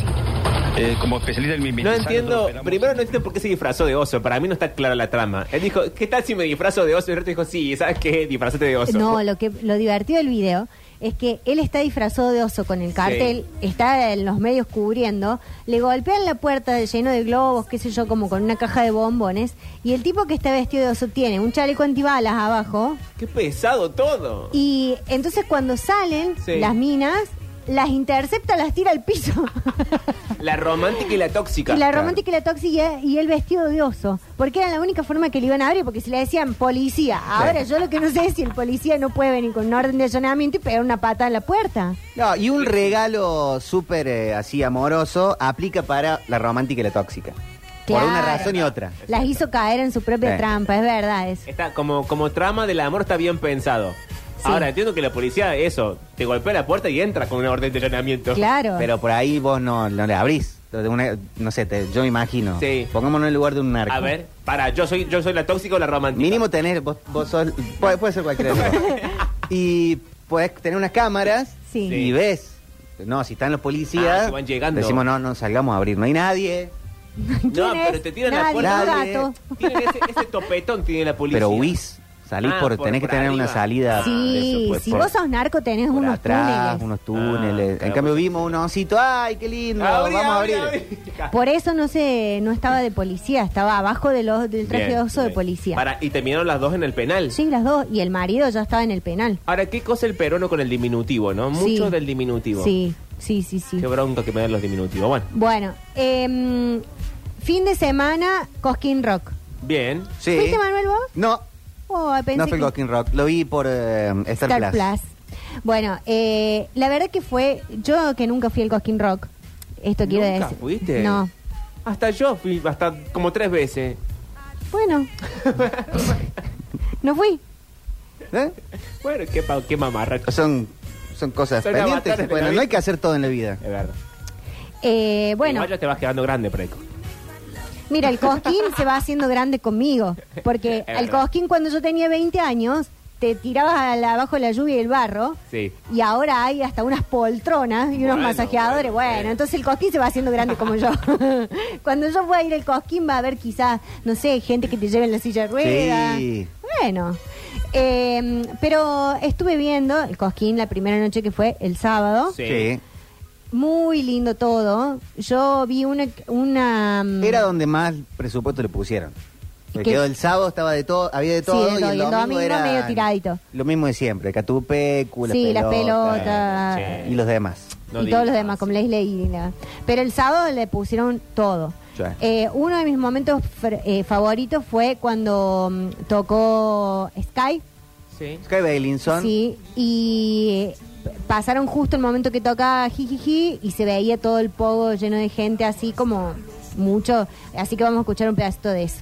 Speaker 7: Eh, como especialista en mi
Speaker 1: No entiendo, primero no entiendo por qué se disfrazó de oso, para mí no está clara la trama. Él dijo, ¿qué tal si me disfrazo de oso? Y el otro dijo, sí, ¿sabes qué? Disfrazate de oso.
Speaker 2: No, lo que lo divertido del video es que él está disfrazado de oso con el cartel, está en los medios cubriendo, le golpean la puerta de lleno de globos, qué sé yo, como con una caja de bombones, y el tipo que está vestido de oso tiene un chaleco antibalas abajo,
Speaker 1: Qué pesado todo.
Speaker 2: y entonces cuando salen
Speaker 1: Sí.
Speaker 2: las minas, las intercepta, las tira al piso.
Speaker 1: La romántica y la tóxica.
Speaker 2: Y la romántica y la tóxica y el vestido de oso. Porque era la única forma que le iban a abrir, porque si le decían policía. Ahora yo lo que no sé es si el policía no puede venir con una orden de allanamiento y pegar una pata en la puerta.
Speaker 3: No, y un regalo súper eh, así amoroso aplica para la romántica y la tóxica. Por una
Speaker 2: Claro.
Speaker 3: razón y otra.
Speaker 2: Las hizo caer en su propia
Speaker 3: Sí.
Speaker 2: trampa, es verdad eso.
Speaker 1: Está como, como trama del amor está bien pensado.
Speaker 2: Sí.
Speaker 1: Ahora entiendo que la policía, eso, te golpea la puerta y entra con una orden de allanamiento.
Speaker 2: Claro.
Speaker 3: Pero por ahí vos no, no le abrís. De una- no sé, te- yo me imagino.
Speaker 1: Sí.
Speaker 3: Pongámonos en el lugar de un narco.
Speaker 1: A ver, para, yo soy, yo soy la tóxica o la romántica.
Speaker 3: Mínimo tener, vos, vos sos, puede, puede ser cualquiera. de los dos. y puedes tener unas cámaras
Speaker 2: Sí.
Speaker 3: y ves. No, si están los policías,
Speaker 1: Ah, que van llegando.
Speaker 3: decimos no, no salgamos a abrir, no hay nadie.
Speaker 1: No,
Speaker 2: ¿Quién
Speaker 1: pero
Speaker 2: es?
Speaker 1: te tiran la
Speaker 2: Nadie,
Speaker 1: puerta.
Speaker 3: Nadie.
Speaker 2: un gato.
Speaker 1: Tienen ese, ese topetón tiene la policía.
Speaker 3: Pero whiz, salís
Speaker 1: Ah,
Speaker 3: por,
Speaker 1: por-
Speaker 3: tenés
Speaker 1: por
Speaker 3: que tener una
Speaker 1: arriba.
Speaker 3: salida.
Speaker 2: Sí,
Speaker 3: de eso, pues,
Speaker 2: si
Speaker 3: por-
Speaker 2: vos sos narco tenés
Speaker 3: por
Speaker 2: unos
Speaker 3: atrás,
Speaker 2: túneles.
Speaker 3: unos túneles. en
Speaker 1: claro,
Speaker 3: cambio
Speaker 1: por-
Speaker 3: vimos un osito, ay, qué lindo,
Speaker 1: Abrí,
Speaker 3: vamos
Speaker 1: abrí,
Speaker 3: a abrir.
Speaker 1: abrí.
Speaker 2: Por eso no se, no estaba de policía, estaba abajo de los, del traje
Speaker 1: Bien,
Speaker 2: de oso de
Speaker 1: bien.
Speaker 2: policía.
Speaker 1: Para- y terminaron las dos en el penal.
Speaker 2: Sí, las dos. Y el marido ya estaba en el penal.
Speaker 1: Ahora, ¿qué cosa el peruano con el diminutivo, no? Mucho
Speaker 2: Sí.
Speaker 1: del diminutivo.
Speaker 2: Sí, sí, sí, sí.
Speaker 1: Qué bronca que me dan los diminutivos. Bueno,
Speaker 2: Bueno, em, fin de semana, Cosquín Rock.
Speaker 1: bien.
Speaker 3: Sí.
Speaker 2: ¿Fuiste Manuel vos?
Speaker 3: No,
Speaker 2: Oh, pensé
Speaker 3: no fue el
Speaker 2: que-
Speaker 3: Cooking Rock, lo vi por eh, Star,
Speaker 2: Star
Speaker 3: Plus.
Speaker 2: Plus. Bueno, eh, la verdad que fue, yo que nunca fui al Cosquín Rock, esto quiero
Speaker 1: ¿Nunca
Speaker 2: decir.
Speaker 1: fuiste?
Speaker 2: No.
Speaker 1: Hasta yo fui, hasta como tres veces.
Speaker 2: Bueno. no fui.
Speaker 3: ¿Eh?
Speaker 1: Bueno, qué, pa- qué mamarracho.
Speaker 3: Son, son cosas
Speaker 1: Son
Speaker 3: pendientes.
Speaker 1: avatares
Speaker 3: que,
Speaker 1: de
Speaker 3: Bueno,
Speaker 1: la
Speaker 3: no hay
Speaker 1: vida.
Speaker 3: que hacer todo en la vida.
Speaker 1: Es verdad.
Speaker 2: Eh, bueno,
Speaker 1: Igual ya te vas quedando grande, Preco.
Speaker 2: mira, el Cosquín se va haciendo grande conmigo. Porque
Speaker 1: Es
Speaker 2: al
Speaker 1: verdad.
Speaker 2: Cosquín cuando yo tenía 20 años, te tirabas al- abajo de la lluvia y el barro.
Speaker 1: Sí.
Speaker 2: Y ahora hay hasta unas poltronas y unos
Speaker 1: Bueno,
Speaker 2: masajeadores.
Speaker 1: bueno,
Speaker 2: Bueno,
Speaker 1: bien.
Speaker 2: entonces el cosquín se va haciendo grande como yo. Cuando yo voy a ir al cosquín va a haber quizás, no sé, gente que te lleve en la silla de ruedas.
Speaker 3: Sí.
Speaker 2: Bueno. Eh, pero estuve viendo el cosquín la primera noche que fue el sábado.
Speaker 1: Sí.
Speaker 2: Muy lindo todo. Yo vi una... una mm,
Speaker 3: Era donde más presupuesto le pusieron. Porque
Speaker 2: ¿Qué?
Speaker 3: quedó el sábado, estaba de todo, había de
Speaker 2: Sí,
Speaker 3: todo.
Speaker 2: de todo,
Speaker 3: y el domingo, era
Speaker 2: medio tiradito.
Speaker 3: Lo mismo de siempre, Catupecu, las
Speaker 2: Sí, las
Speaker 3: pelotas, eh,
Speaker 2: pelotas.
Speaker 3: Y los demás.
Speaker 1: No
Speaker 2: y
Speaker 1: digas.
Speaker 2: todos los demás, como Leslie y nada. Pero el sábado le pusieron todo.
Speaker 3: Sí.
Speaker 2: Eh, uno de mis momentos fr- eh, favoritos fue cuando mm, tocó Sky.
Speaker 1: Sí.
Speaker 3: Sky Bailinson.
Speaker 2: Sí, y eh, pasaron justo el momento que tocaba Jijiji y se veía todo el pogo lleno de gente, así como mucho. Así que vamos a escuchar un pedacito de eso.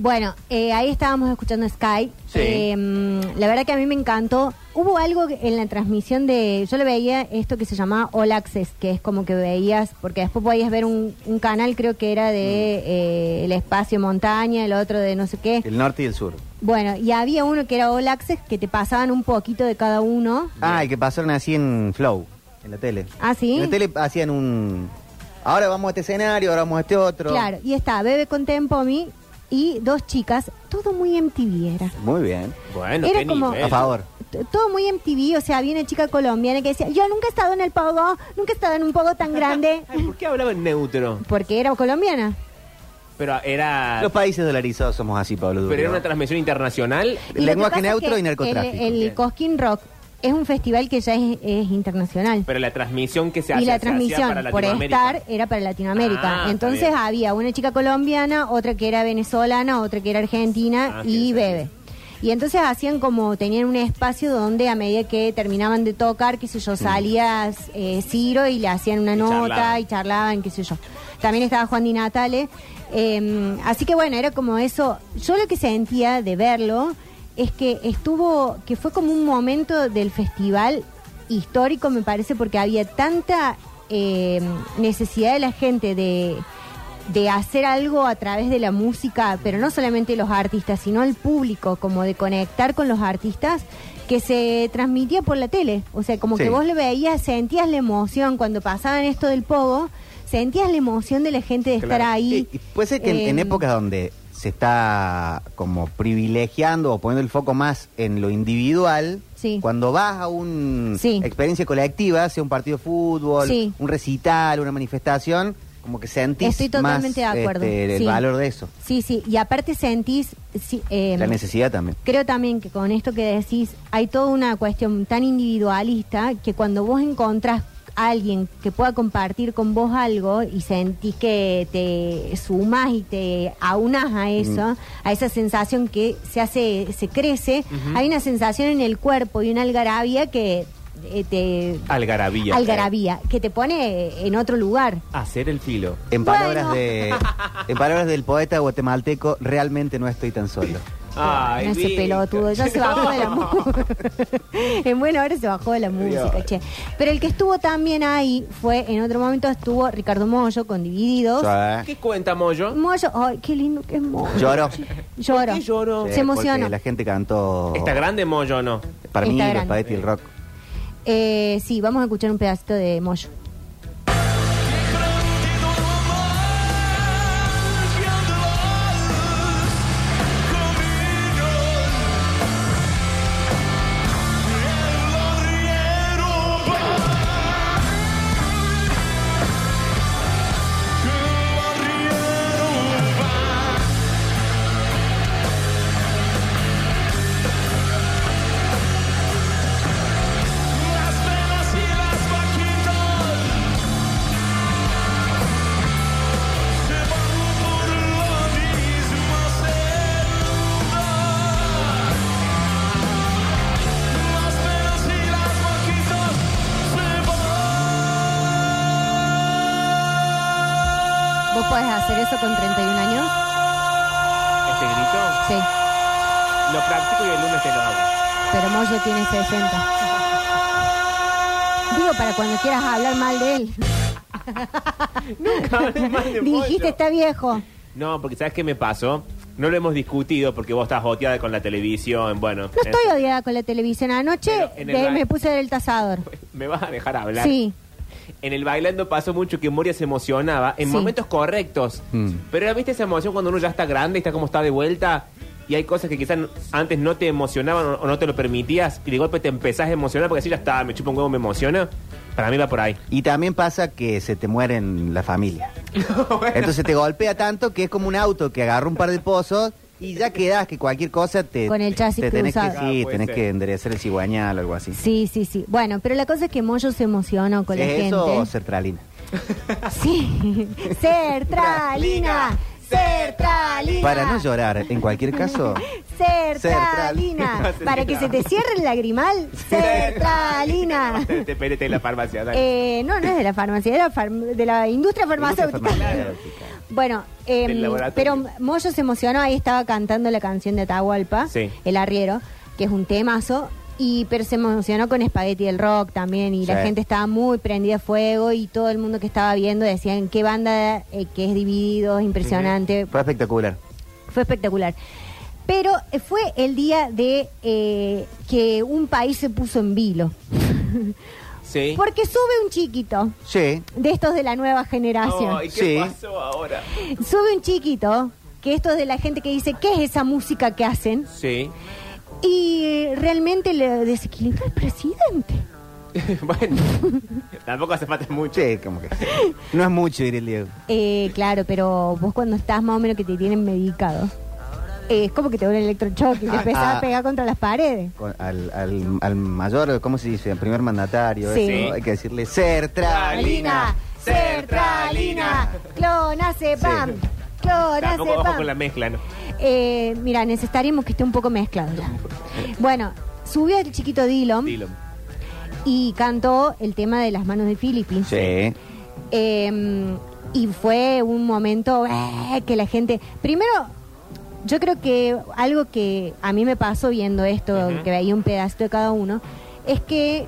Speaker 2: Bueno, eh, ahí estábamos escuchando a Sky.
Speaker 1: Sí.
Speaker 2: Eh, mm, la verdad que a mí me encantó. Hubo algo que- en la transmisión de... Yo le veía esto que se llamaba All Access, que es como que veías, porque después podías ver un, un canal, creo que era de eh, El Espacio Montaña, el otro de no sé qué.
Speaker 3: El norte y el sur.
Speaker 2: Bueno, y había uno que era All Access, que te pasaban un poquito de cada uno.
Speaker 3: Ah, y que pasaron así en Flow, en la tele.
Speaker 2: Ah, ¿sí?
Speaker 3: En la tele hacían un. Ahora vamos a este escenario, ahora vamos a este otro.
Speaker 2: Claro, y está Bebe con Tempo Mi, y dos chicas, todo muy MTV era.
Speaker 3: Muy bien.
Speaker 1: Bueno,
Speaker 2: Era
Speaker 1: qué
Speaker 2: como-
Speaker 1: nivel.
Speaker 3: A favor.
Speaker 2: T- Todo muy MTV, o sea, había una chica colombiana que decía, yo nunca he estado en el pogo, nunca he estado en un pogo tan grande,
Speaker 1: Ay, ¿Por qué hablaba en neutro?
Speaker 2: porque era colombiana.
Speaker 1: Pero era.
Speaker 3: Los países dolarizados somos así, Pablo.
Speaker 1: Ah. Pero era
Speaker 3: Duro.
Speaker 1: una transmisión internacional.
Speaker 2: Y lo que
Speaker 3: Lenguaje
Speaker 2: pasa es
Speaker 3: neutro
Speaker 2: que
Speaker 3: y narcotráfico.
Speaker 2: El, el
Speaker 1: Bien.
Speaker 2: Cosquín Rock es un festival que ya es, es internacional.
Speaker 1: Pero la transmisión que se hace
Speaker 2: y la
Speaker 1: se hacía para
Speaker 2: transmisión por
Speaker 1: Latinoamérica.
Speaker 2: estar era para Latinoamérica.
Speaker 1: Ah,
Speaker 2: Entonces
Speaker 1: está bien.
Speaker 2: había una chica colombiana, otra que era venezolana, otra que era argentina
Speaker 1: Ah,
Speaker 2: y
Speaker 1: tiene
Speaker 2: Bebe.
Speaker 1: sentido.
Speaker 2: Y entonces hacían como, tenían un espacio donde a medida que terminaban de tocar, qué sé yo, salía eh, Ciro y le hacían una
Speaker 1: Mm. Y
Speaker 2: nota
Speaker 1: charlaban.
Speaker 2: y charlaban, qué sé yo. También estaba Juan Di Natale. Eh, así que bueno, era como eso. Yo lo que sentía de verlo es que estuvo, que fue como un momento del festival histórico, me parece, porque había tanta eh, necesidad de la gente de, de hacer algo a través de la música, pero no solamente los artistas, sino el público, como de conectar con los artistas que se transmitía por la tele. O sea, como
Speaker 3: Sí.
Speaker 2: que vos lo veías, sentías la emoción cuando pasaban esto del pogo, sentías la emoción de la gente de estar
Speaker 1: Claro.
Speaker 2: ahí.
Speaker 3: Y- y puede ser que en- en
Speaker 2: Eh,
Speaker 3: épocas donde se está como privilegiando o poniendo el foco más en lo individual,
Speaker 2: Sí.
Speaker 3: cuando vas a una
Speaker 2: Sí.
Speaker 3: experiencia colectiva, sea un partido de fútbol,
Speaker 2: Sí.
Speaker 3: un recital, una manifestación, como que sentís
Speaker 2: Estoy totalmente
Speaker 3: más,
Speaker 2: de acuerdo,
Speaker 3: este, el
Speaker 2: sí.
Speaker 3: valor de eso.
Speaker 2: Sí, sí, y aparte sentís... sí, eh,
Speaker 3: La necesidad también.
Speaker 2: Creo también que con esto que decís hay toda una cuestión tan individualista que cuando vos encontrás a alguien que pueda compartir con vos algo y sentís que te sumás y te aunas a eso, a esa sensación que se hace, se crece, hay una sensación en el cuerpo y una algarabía que eh, te...
Speaker 1: Algarabía.
Speaker 2: Algarabía, que te pone en otro lugar.
Speaker 1: Hacer el filo.
Speaker 3: En
Speaker 2: Bueno.
Speaker 3: palabras, de, en palabras del poeta guatemalteco, realmente no estoy tan solo.
Speaker 1: Ay,
Speaker 2: No, ese
Speaker 1: Víctor.
Speaker 2: pelotudo, ya se bajó de la música. en buena hora se bajó de la música, che. Pero el que estuvo también ahí fue, en otro momento estuvo Ricardo Moyo con Divididos.
Speaker 1: ¿Qué cuenta Moyo?
Speaker 2: Moyo, ay, qué lindo que es Moyo.
Speaker 3: ¿eh? Lloro.
Speaker 2: Lloro.
Speaker 1: ¿Por qué lloró?
Speaker 2: Se emocionó.
Speaker 3: Porque la gente cantó
Speaker 1: ¿Está grande Moyo o no?
Speaker 3: para mí
Speaker 2: Está
Speaker 3: los
Speaker 2: grande.
Speaker 3: Spaghetti Rock.
Speaker 2: Eh, sí, vamos a escuchar un pedacito de Moyo. ¿Vos podés hacer eso con 31 años?
Speaker 1: Este grito.
Speaker 2: Sí,
Speaker 1: Lo practico y el lunes te lo hago.
Speaker 2: pero Moyo tiene 60. Digo, para cuando quieras hablar mal de él.
Speaker 1: Nunca hablé mal de Moyo.
Speaker 2: Dijiste, está viejo.
Speaker 1: No, porque ¿sabes qué me pasó? No lo hemos discutido porque vos estás boteada con la televisión. Bueno,
Speaker 2: No estoy
Speaker 1: eh,
Speaker 2: odiada con la televisión. Anoche
Speaker 1: Pero en el
Speaker 2: ve-
Speaker 1: baile.
Speaker 2: me puse a ver el tasador.
Speaker 1: me vas a dejar hablar.
Speaker 2: Sí.
Speaker 1: En el bailando pasó mucho que Moria se emocionaba en
Speaker 2: Sí.
Speaker 1: momentos correctos.
Speaker 3: Mm.
Speaker 1: Pero era, viste esa emoción cuando uno ya está grande, está como está de vuelta. Y hay cosas que quizás antes no te emocionaban o- o no te lo permitías. Y de golpe te empezás a emocionar porque así ya está, me chupa un huevo, me emociona. Para mí va por ahí.
Speaker 3: Y también pasa que se te mueren la familia. Entonces te golpea tanto que es como un auto que agarra un par de pozos y ya quedas que cualquier cosa te.
Speaker 2: Con el chasis
Speaker 3: te tenés que,
Speaker 2: cruzado.
Speaker 3: sí,
Speaker 1: Ah, puede
Speaker 3: tenés
Speaker 1: ser.
Speaker 3: que enderezar el cigüeñal o algo así.
Speaker 2: Sí, sí, sí. Bueno, pero la cosa es que Moyo se emocionó con la
Speaker 3: ¿Es
Speaker 2: gente.
Speaker 3: eso o sertralina?
Speaker 2: Sí. Sertralina. Sertralina.
Speaker 3: Para no llorar, en cualquier caso.
Speaker 2: Sertralina.
Speaker 1: Sertralina.
Speaker 2: Para que se te cierre el lagrimal. Sertralina.
Speaker 1: Te, te pérete en la farmacia, dale.
Speaker 2: Eh, no, no es de la farmacia, de la, farm- de la industria farmacéutica.
Speaker 3: farmacéutica.
Speaker 2: Bueno, eh,
Speaker 1: Del laboratorio.
Speaker 2: pero Moyo se emocionó, ahí estaba cantando la canción de Atahualpa,
Speaker 1: Sí.
Speaker 2: El Arriero, que es un temazo, y pero se emocionó con Spaghetti del Rock también, y la
Speaker 3: Sí.
Speaker 2: gente estaba muy prendida a fuego, y todo el mundo que estaba viendo decían, qué banda eh, que es dividido, es impresionante,
Speaker 3: Fue espectacular.
Speaker 2: fue espectacular. Pero eh, fue el día de eh, que un país se puso en vilo,
Speaker 1: Sí.
Speaker 2: porque sube un chiquito
Speaker 3: Sí.
Speaker 2: de estos de la nueva generación.
Speaker 1: Ay, Oh, ¿qué
Speaker 3: Sí.
Speaker 1: pasó ahora?
Speaker 2: Sube un chiquito que esto es de la gente que dice, ¿qué es esa música que hacen?
Speaker 1: Sí.
Speaker 2: Y eh, realmente le desequilibra al presidente.
Speaker 1: bueno, tampoco hace falta mucho.
Speaker 3: Sí, como que. No es mucho, diría el Diego.
Speaker 2: Eh, claro, pero vos cuando estás más o menos que te tienen medicado, eh, es como que te da un electrochoque y te empezás
Speaker 3: ah.
Speaker 2: a pegar contra las paredes.
Speaker 3: Con- al, al, al mayor, ¿cómo se dice? Al primer mandatario.
Speaker 2: Sí.
Speaker 3: eso, hay que decirle sertralina.
Speaker 2: sertralina, clonazepam,
Speaker 1: Tampoco ojo con la
Speaker 2: clonazepam.
Speaker 1: mezcla, ¿no?
Speaker 2: Eh, mira, necesitaríamos que esté un poco mezclado ya. Bueno, subió el chiquito Dillon
Speaker 1: Dilo.
Speaker 2: y cantó el tema de las manos de Philippi.
Speaker 3: Sí.
Speaker 2: Eh, y fue un momento eh, que la gente. Primero, yo creo que algo que a mí me pasó viendo esto, que veía un pedacito de cada uno, es que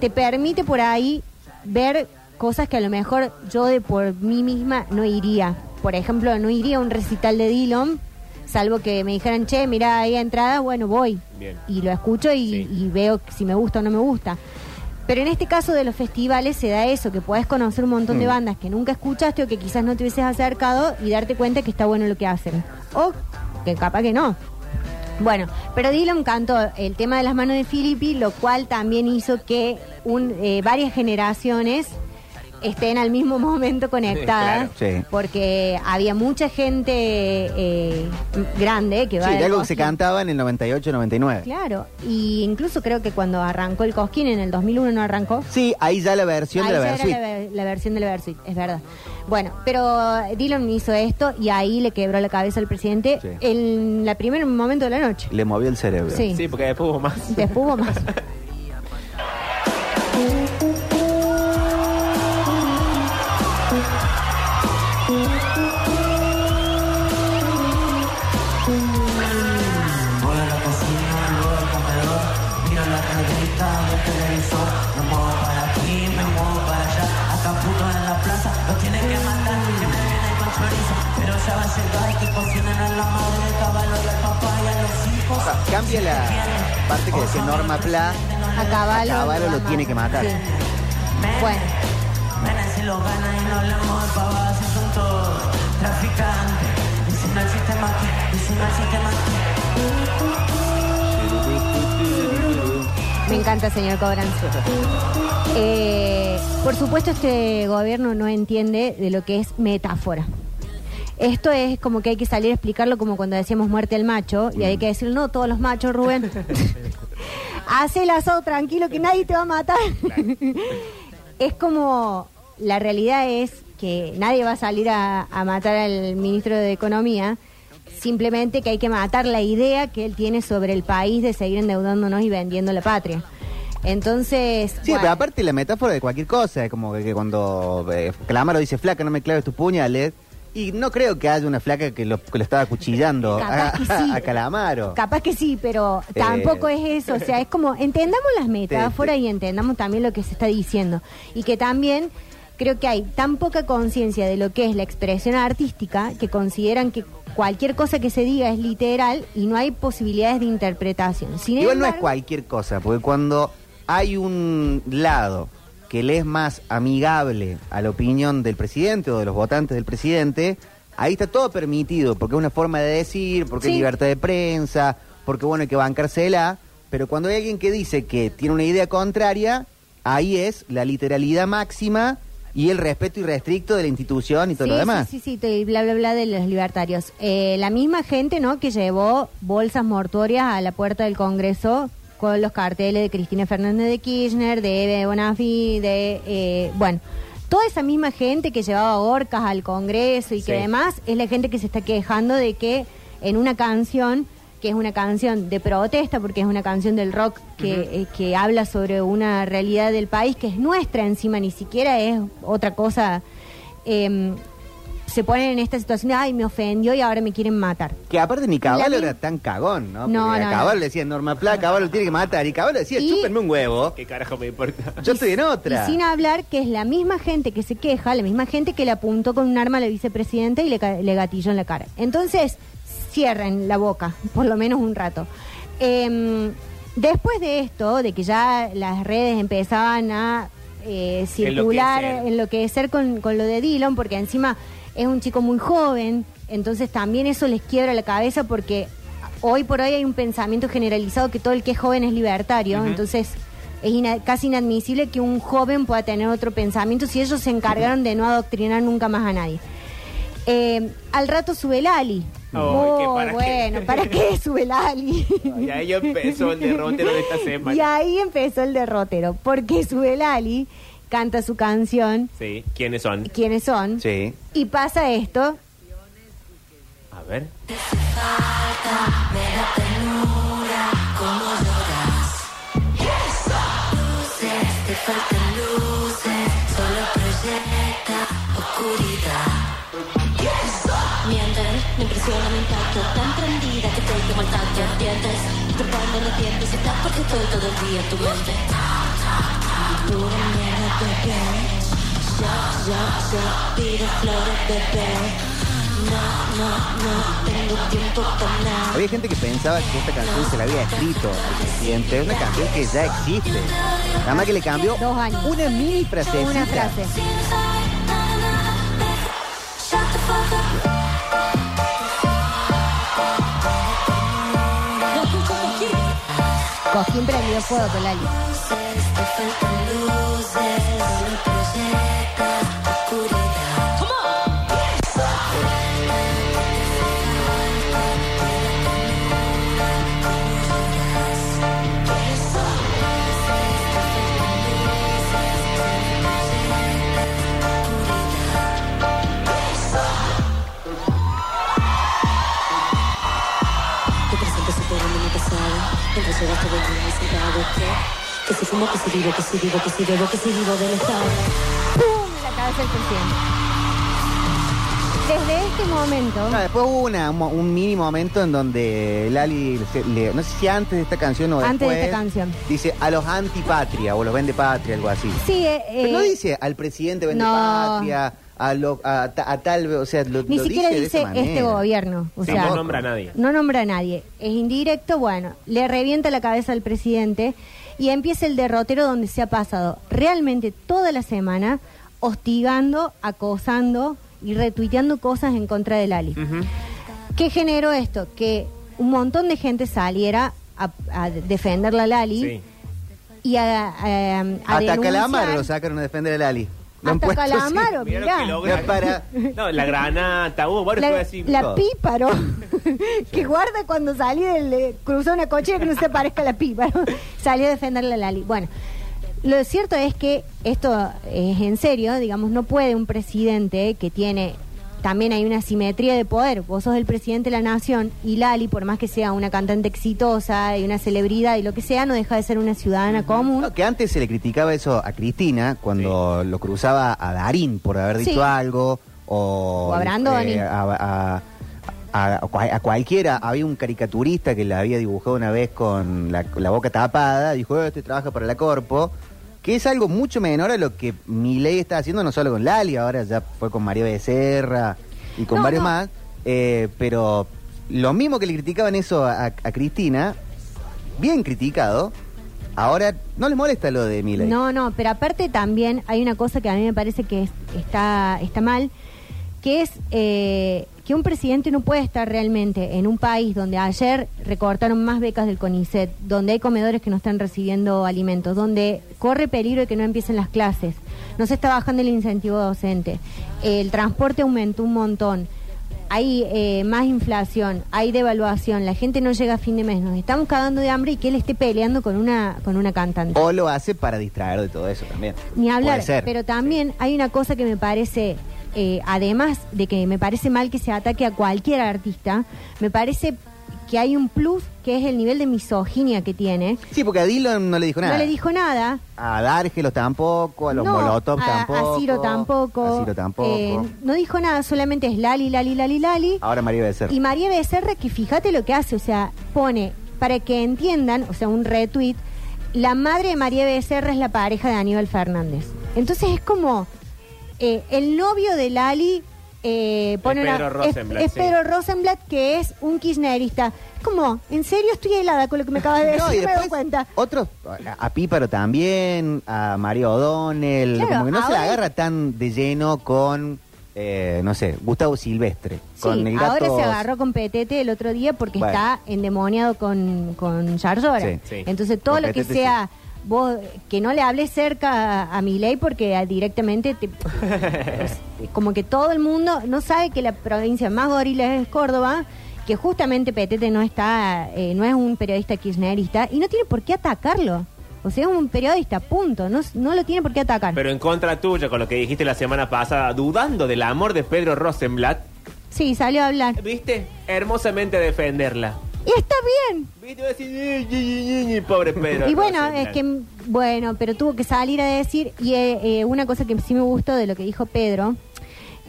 Speaker 2: te permite por ahí ver cosas que a lo mejor yo de por mí misma no iría. Por ejemplo, no iría a un recital de Dillon, salvo que me dijeran, che, mira, ahí entrada, bueno, voy.
Speaker 1: Bien.
Speaker 2: Y lo escucho y,
Speaker 1: Sí.
Speaker 2: y veo si me gusta o no me gusta. Pero en este caso de los festivales se da eso, que puedes conocer un montón
Speaker 3: Mm.
Speaker 2: de bandas que nunca escuchaste o que quizás no te hubieses acercado y darte cuenta que está bueno lo que hacen. O que capaz que no. Bueno, pero Dylan cantó el tema de las manos de Filippi, lo cual también hizo que un, eh, varias generaciones estén al mismo momento conectadas,
Speaker 3: claro. Sí.
Speaker 2: porque había mucha gente eh, grande que va
Speaker 3: Sí,
Speaker 2: al
Speaker 3: de algo que se
Speaker 2: Cosquín.
Speaker 3: cantaba en el 98, 99.
Speaker 2: Claro, y incluso creo que cuando arrancó el Cosquín en el 2001 no arrancó.
Speaker 3: Sí, ahí ya la versión de la
Speaker 2: Ahí ya
Speaker 3: versión.
Speaker 2: Ah, era la, ver- la versión del Versuit, es verdad. Bueno, pero Dylan hizo esto y ahí le quebró la cabeza al presidente
Speaker 3: Sí.
Speaker 2: en la primer momento de la noche.
Speaker 3: Le movió el cerebro.
Speaker 2: Sí.
Speaker 1: Sí, porque después hubo más.
Speaker 2: Después hubo más.
Speaker 3: O sea, cambia la parte que decía Norma Pla.
Speaker 2: A caballo.
Speaker 3: A Cavallo lo tiene que matar.
Speaker 2: Bueno, me encanta, señor Cobranzo. Eh, por supuesto, este gobierno no entiende de lo que es metáfora. Esto es como que hay que salir a explicarlo como cuando decíamos muerte al macho y hay que decir, no, todos los machos, Rubén. Hace el asado tranquilo que nadie te va a matar. es como la realidad es que nadie va a salir a, a matar al ministro de Economía, simplemente que hay que matar la idea que él tiene sobre el país de seguir endeudándonos y vendiendo la patria. Entonces,
Speaker 3: Sí,
Speaker 2: bueno,
Speaker 3: pero aparte la metáfora de cualquier cosa, es como que cuando eh, Calamaro dice flaca, no me claves tus puñales. Y no creo que haya una flaca que lo, que lo estaba cuchillando a,
Speaker 2: Capaz que sí.
Speaker 3: a Calamaro.
Speaker 2: capaz que sí, pero
Speaker 3: Eh.
Speaker 2: tampoco es eso. O sea, es como entendamos las metáforas
Speaker 3: Sí,
Speaker 2: y entendamos también lo que se está diciendo. Y que también creo que hay tan poca conciencia de lo que es la expresión artística que consideran que cualquier cosa que se diga es literal y no hay posibilidades de interpretación. Sin
Speaker 3: Igual no es
Speaker 2: embargo-
Speaker 3: cualquier cosa, porque cuando hay un lado que le es más amigable a la opinión del presidente o de los votantes del presidente, ahí está todo permitido, porque es una forma de decir, porque
Speaker 2: Sí.
Speaker 3: hay libertad de prensa, porque bueno, hay que bancársela, pero cuando hay alguien que dice que tiene una idea contraria, ahí es la literalidad máxima y el respeto irrestricto de la institución y todo lo
Speaker 2: Sí,
Speaker 3: demás.
Speaker 2: Sí, sí, sí, te- bla, bla, bla de los libertarios. Eh, la misma gente, ¿no?, que llevó bolsas mortuorias a la puerta del Congreso con los carteles de Cristina Fernández de Kirchner, de Eve Bonafi, de... eh, bueno, toda esa misma gente que llevaba orcas al Congreso y que
Speaker 1: Sí.
Speaker 2: además es la gente que se está quejando de que en una canción que es una canción de protesta, porque es una canción del rock que, eh, que habla sobre una realidad del país que es nuestra encima, ni siquiera es otra cosa em, se ponen en esta situación de, ay, me ofendió y ahora me quieren matar.
Speaker 3: Que aparte ni
Speaker 2: La
Speaker 3: Caballo
Speaker 2: mi-
Speaker 3: era tan cagón, ¿no?
Speaker 2: No,
Speaker 3: Porque a
Speaker 2: no, no.
Speaker 3: Caballo le decía Norma Pla, Caballo lo tiene que matar, y Caballo decía,
Speaker 2: Y-
Speaker 3: chúpenme un huevo.
Speaker 1: ¿Qué carajo me importa?
Speaker 3: Yo estoy en
Speaker 2: Y
Speaker 3: otra.
Speaker 2: sin hablar que es la misma gente que se queja, la misma gente que le apuntó con un arma a la vicepresidenta y le, ca- le gatilló en la cara. Entonces, cierren la boca, por lo menos un rato. Em, después de esto, de que ya las redes empezaban a eh, circular,
Speaker 1: Enloquecer.
Speaker 2: enloquecer con, con lo de Dylan, porque encima es un chico muy joven, Entonces también eso les quiebra la cabeza porque hoy por hoy hay un pensamiento generalizado que todo el que es joven es libertario. Entonces es ina- casi inadmisible que un joven pueda tener otro pensamiento si ellos se encargaron de no adoctrinar nunca más a nadie. Eh, al rato sube Lali.
Speaker 1: Ay,
Speaker 2: Oh,
Speaker 1: que para qué.
Speaker 2: bueno, ¿para qué sube Lali?
Speaker 1: Y ahí empezó el derrotero de esta
Speaker 2: Y
Speaker 1: semana.
Speaker 2: ahí empezó el derrotero, porque sube Lali, canta su canción,
Speaker 1: Sí, ¿quiénes son?
Speaker 2: ¿quiénes son?
Speaker 3: Sí.
Speaker 2: Y pasa esto,
Speaker 1: A ver.
Speaker 3: Había gente que pensaba que esta canción se la había escrito al presidente. Es una canción que ya existe. Nada más que le cambió
Speaker 2: Dos años.
Speaker 3: una mini frasecita.
Speaker 2: una frase. Cojín prendió fuego con Lali.
Speaker 8: Tu presente supera mi pasado. Mientras llegas todo el día sentado, ¿qué? Que si fumo, que si vivo, que si vivo, que si bebo, que si vivo del estado.
Speaker 2: ¡Pum! En la cabeza del presidente. Desde este momento,
Speaker 3: No, después hubo una- un, un mini momento en donde Lali, se- le- no sé si antes de esta canción o
Speaker 2: Antes de
Speaker 3: después,
Speaker 2: esta canción.
Speaker 3: dice a los antipatria o los vende patria, algo así.
Speaker 2: sí, eh,
Speaker 3: Pero no
Speaker 2: eh,
Speaker 3: dice al presidente vende
Speaker 2: no.
Speaker 3: patria, a, lo- a ta- a tal, o sea, lo,
Speaker 2: ni
Speaker 3: lo
Speaker 2: siquiera
Speaker 3: dice, de
Speaker 2: dice
Speaker 3: esa manera.
Speaker 2: este gobierno. O
Speaker 1: Sí,
Speaker 2: sea,
Speaker 1: no nombra a nadie.
Speaker 2: No nombra a nadie. Es indirecto, bueno, le revienta la cabeza al presidente y empieza el derrotero donde se ha pasado realmente toda la semana hostigando, acosando y retuiteando cosas en contra de Lali. ¿Qué generó esto? Que un montón de gente saliera a, a defender la Lali
Speaker 1: Sí.
Speaker 2: y a, eh, a- a
Speaker 3: Hasta
Speaker 2: denunciar.
Speaker 3: Calamaro lo sacaron a defender a Lali. Lo han
Speaker 2: Hasta
Speaker 3: puesto así.
Speaker 2: Calamaro,
Speaker 1: Mirá lo
Speaker 2: mirá.
Speaker 1: que logra.
Speaker 3: No, para.
Speaker 1: No, la granata, hubo varios que
Speaker 2: La,
Speaker 1: así.
Speaker 2: la
Speaker 3: todo.
Speaker 2: píparo que guarda cuando salí del eh, cruzó una cochera que no se parezca a la píparo salió a defenderle a Lali bueno lo cierto es que esto es en serio digamos no puede un presidente que tiene también hay una simetría de poder vos sos el presidente de la nación y Lali por más que sea una cantante exitosa y una celebridad y lo que sea no deja de ser una ciudadana común
Speaker 3: No, que antes se le criticaba eso a Cristina cuando lo cruzaba a Darín por haber dicho
Speaker 2: Sí.
Speaker 3: algo o, eh,
Speaker 2: O a Brandoni.
Speaker 3: a, a- a- a cua- a cualquiera. Había un caricaturista que la había dibujado una vez con la, la boca tapada, dijo, "Eh, este trabaja para la Corpo, que es algo mucho menor a lo que Milei está haciendo, no solo con Lali, ahora ya fue con María Becerra y con
Speaker 2: No,
Speaker 3: varios
Speaker 2: no.
Speaker 3: más, eh, pero lo mismo que le criticaban eso a, a Cristina, bien criticado. Ahora, ¿no les molesta lo de Milei?
Speaker 2: No, no, pero aparte también hay una cosa que a mí me parece que es- está, está mal, que es eh, que un presidente no puede estar realmente en un país donde ayer recortaron más becas del CONICET, donde hay comedores que no están recibiendo alimentos, donde corre peligro de que no empiecen las clases, no se está bajando el incentivo docente, el transporte aumentó un montón. Hay eh, más inflación, hay devaluación, la gente no llega a fin de mes, nos estamos cagando de hambre y que él esté peleando con una con una cantante.
Speaker 3: O lo hace para distraer de todo eso también.
Speaker 2: Ni hablar,
Speaker 3: Puede ser.
Speaker 2: pero también hay una cosa que me parece, eh, además de que me parece mal que se ataque a cualquier artista, me parece que hay un plus que es el nivel de misoginia que tiene.
Speaker 3: Sí, porque a Dylan no le dijo nada.
Speaker 2: No le dijo nada.
Speaker 3: A Dargelos tampoco, a los
Speaker 2: no,
Speaker 3: Molotov
Speaker 2: a-
Speaker 3: tampoco.
Speaker 2: A Ciro tampoco.
Speaker 3: A Ciro tampoco.
Speaker 2: Eh, no dijo nada, solamente es Lali, Lali, Lali, Lali.
Speaker 3: Ahora María Becerra.
Speaker 2: Y María Becerra, que fíjate lo que hace, o sea, pone, para que entiendan, o sea, un retweet, la madre de María Becerra es la pareja de Aníbal Fernández. Entonces es como, eh, el novio de Lali eh, pone
Speaker 1: Es
Speaker 2: una-
Speaker 1: Pedro
Speaker 2: es-
Speaker 1: Rosenblatt,
Speaker 2: es
Speaker 1: sí.
Speaker 2: Pedro Rosenblatt, que es un kirchnerista. Es como, en serio estoy helada con lo que me acabas de decir,
Speaker 3: No, y
Speaker 2: me doy
Speaker 3: después
Speaker 2: cuenta.
Speaker 3: Otros, a a Píparo también, a Mario O'Donnell.
Speaker 2: Claro,
Speaker 3: como que no se
Speaker 2: ahora-
Speaker 3: la agarra tan de lleno con eh, no sé, Gustavo Silvestre.
Speaker 2: Sí,
Speaker 3: con el gato.
Speaker 2: ahora se agarró con Petete el otro día porque
Speaker 3: Bueno.
Speaker 2: está endemoniado con, con Yarlora.
Speaker 3: Sí,
Speaker 1: sí.
Speaker 2: Entonces todo
Speaker 3: Con
Speaker 2: lo que
Speaker 3: Petete,
Speaker 2: sea, vos que no le hables cerca a, mi ley porque ah, directamente te- es como que todo el mundo no sabe que la provincia más gorila es Córdoba, que justamente Petete no está, eh, no es un periodista kirchnerista y no tiene por qué atacarlo. O sea, es un periodista, punto. No, no lo tiene por qué atacar.
Speaker 1: Pero en contra tuya, con lo que dijiste la semana pasada, dudando del amor de Pedro Rosenblatt,
Speaker 2: sí, salió a hablar.
Speaker 1: ¿viste? Hermosamente defenderla.
Speaker 2: Y está bien.
Speaker 1: ¿Viste? Va a decir, "Ñe, ñe, ñe, ñe", pobre Pedro.
Speaker 2: Y bueno,
Speaker 1: Rosenblatt.
Speaker 2: es que, bueno, pero tuvo que salir a decir, y eh, eh, una cosa que sí me gustó de lo que dijo Pedro,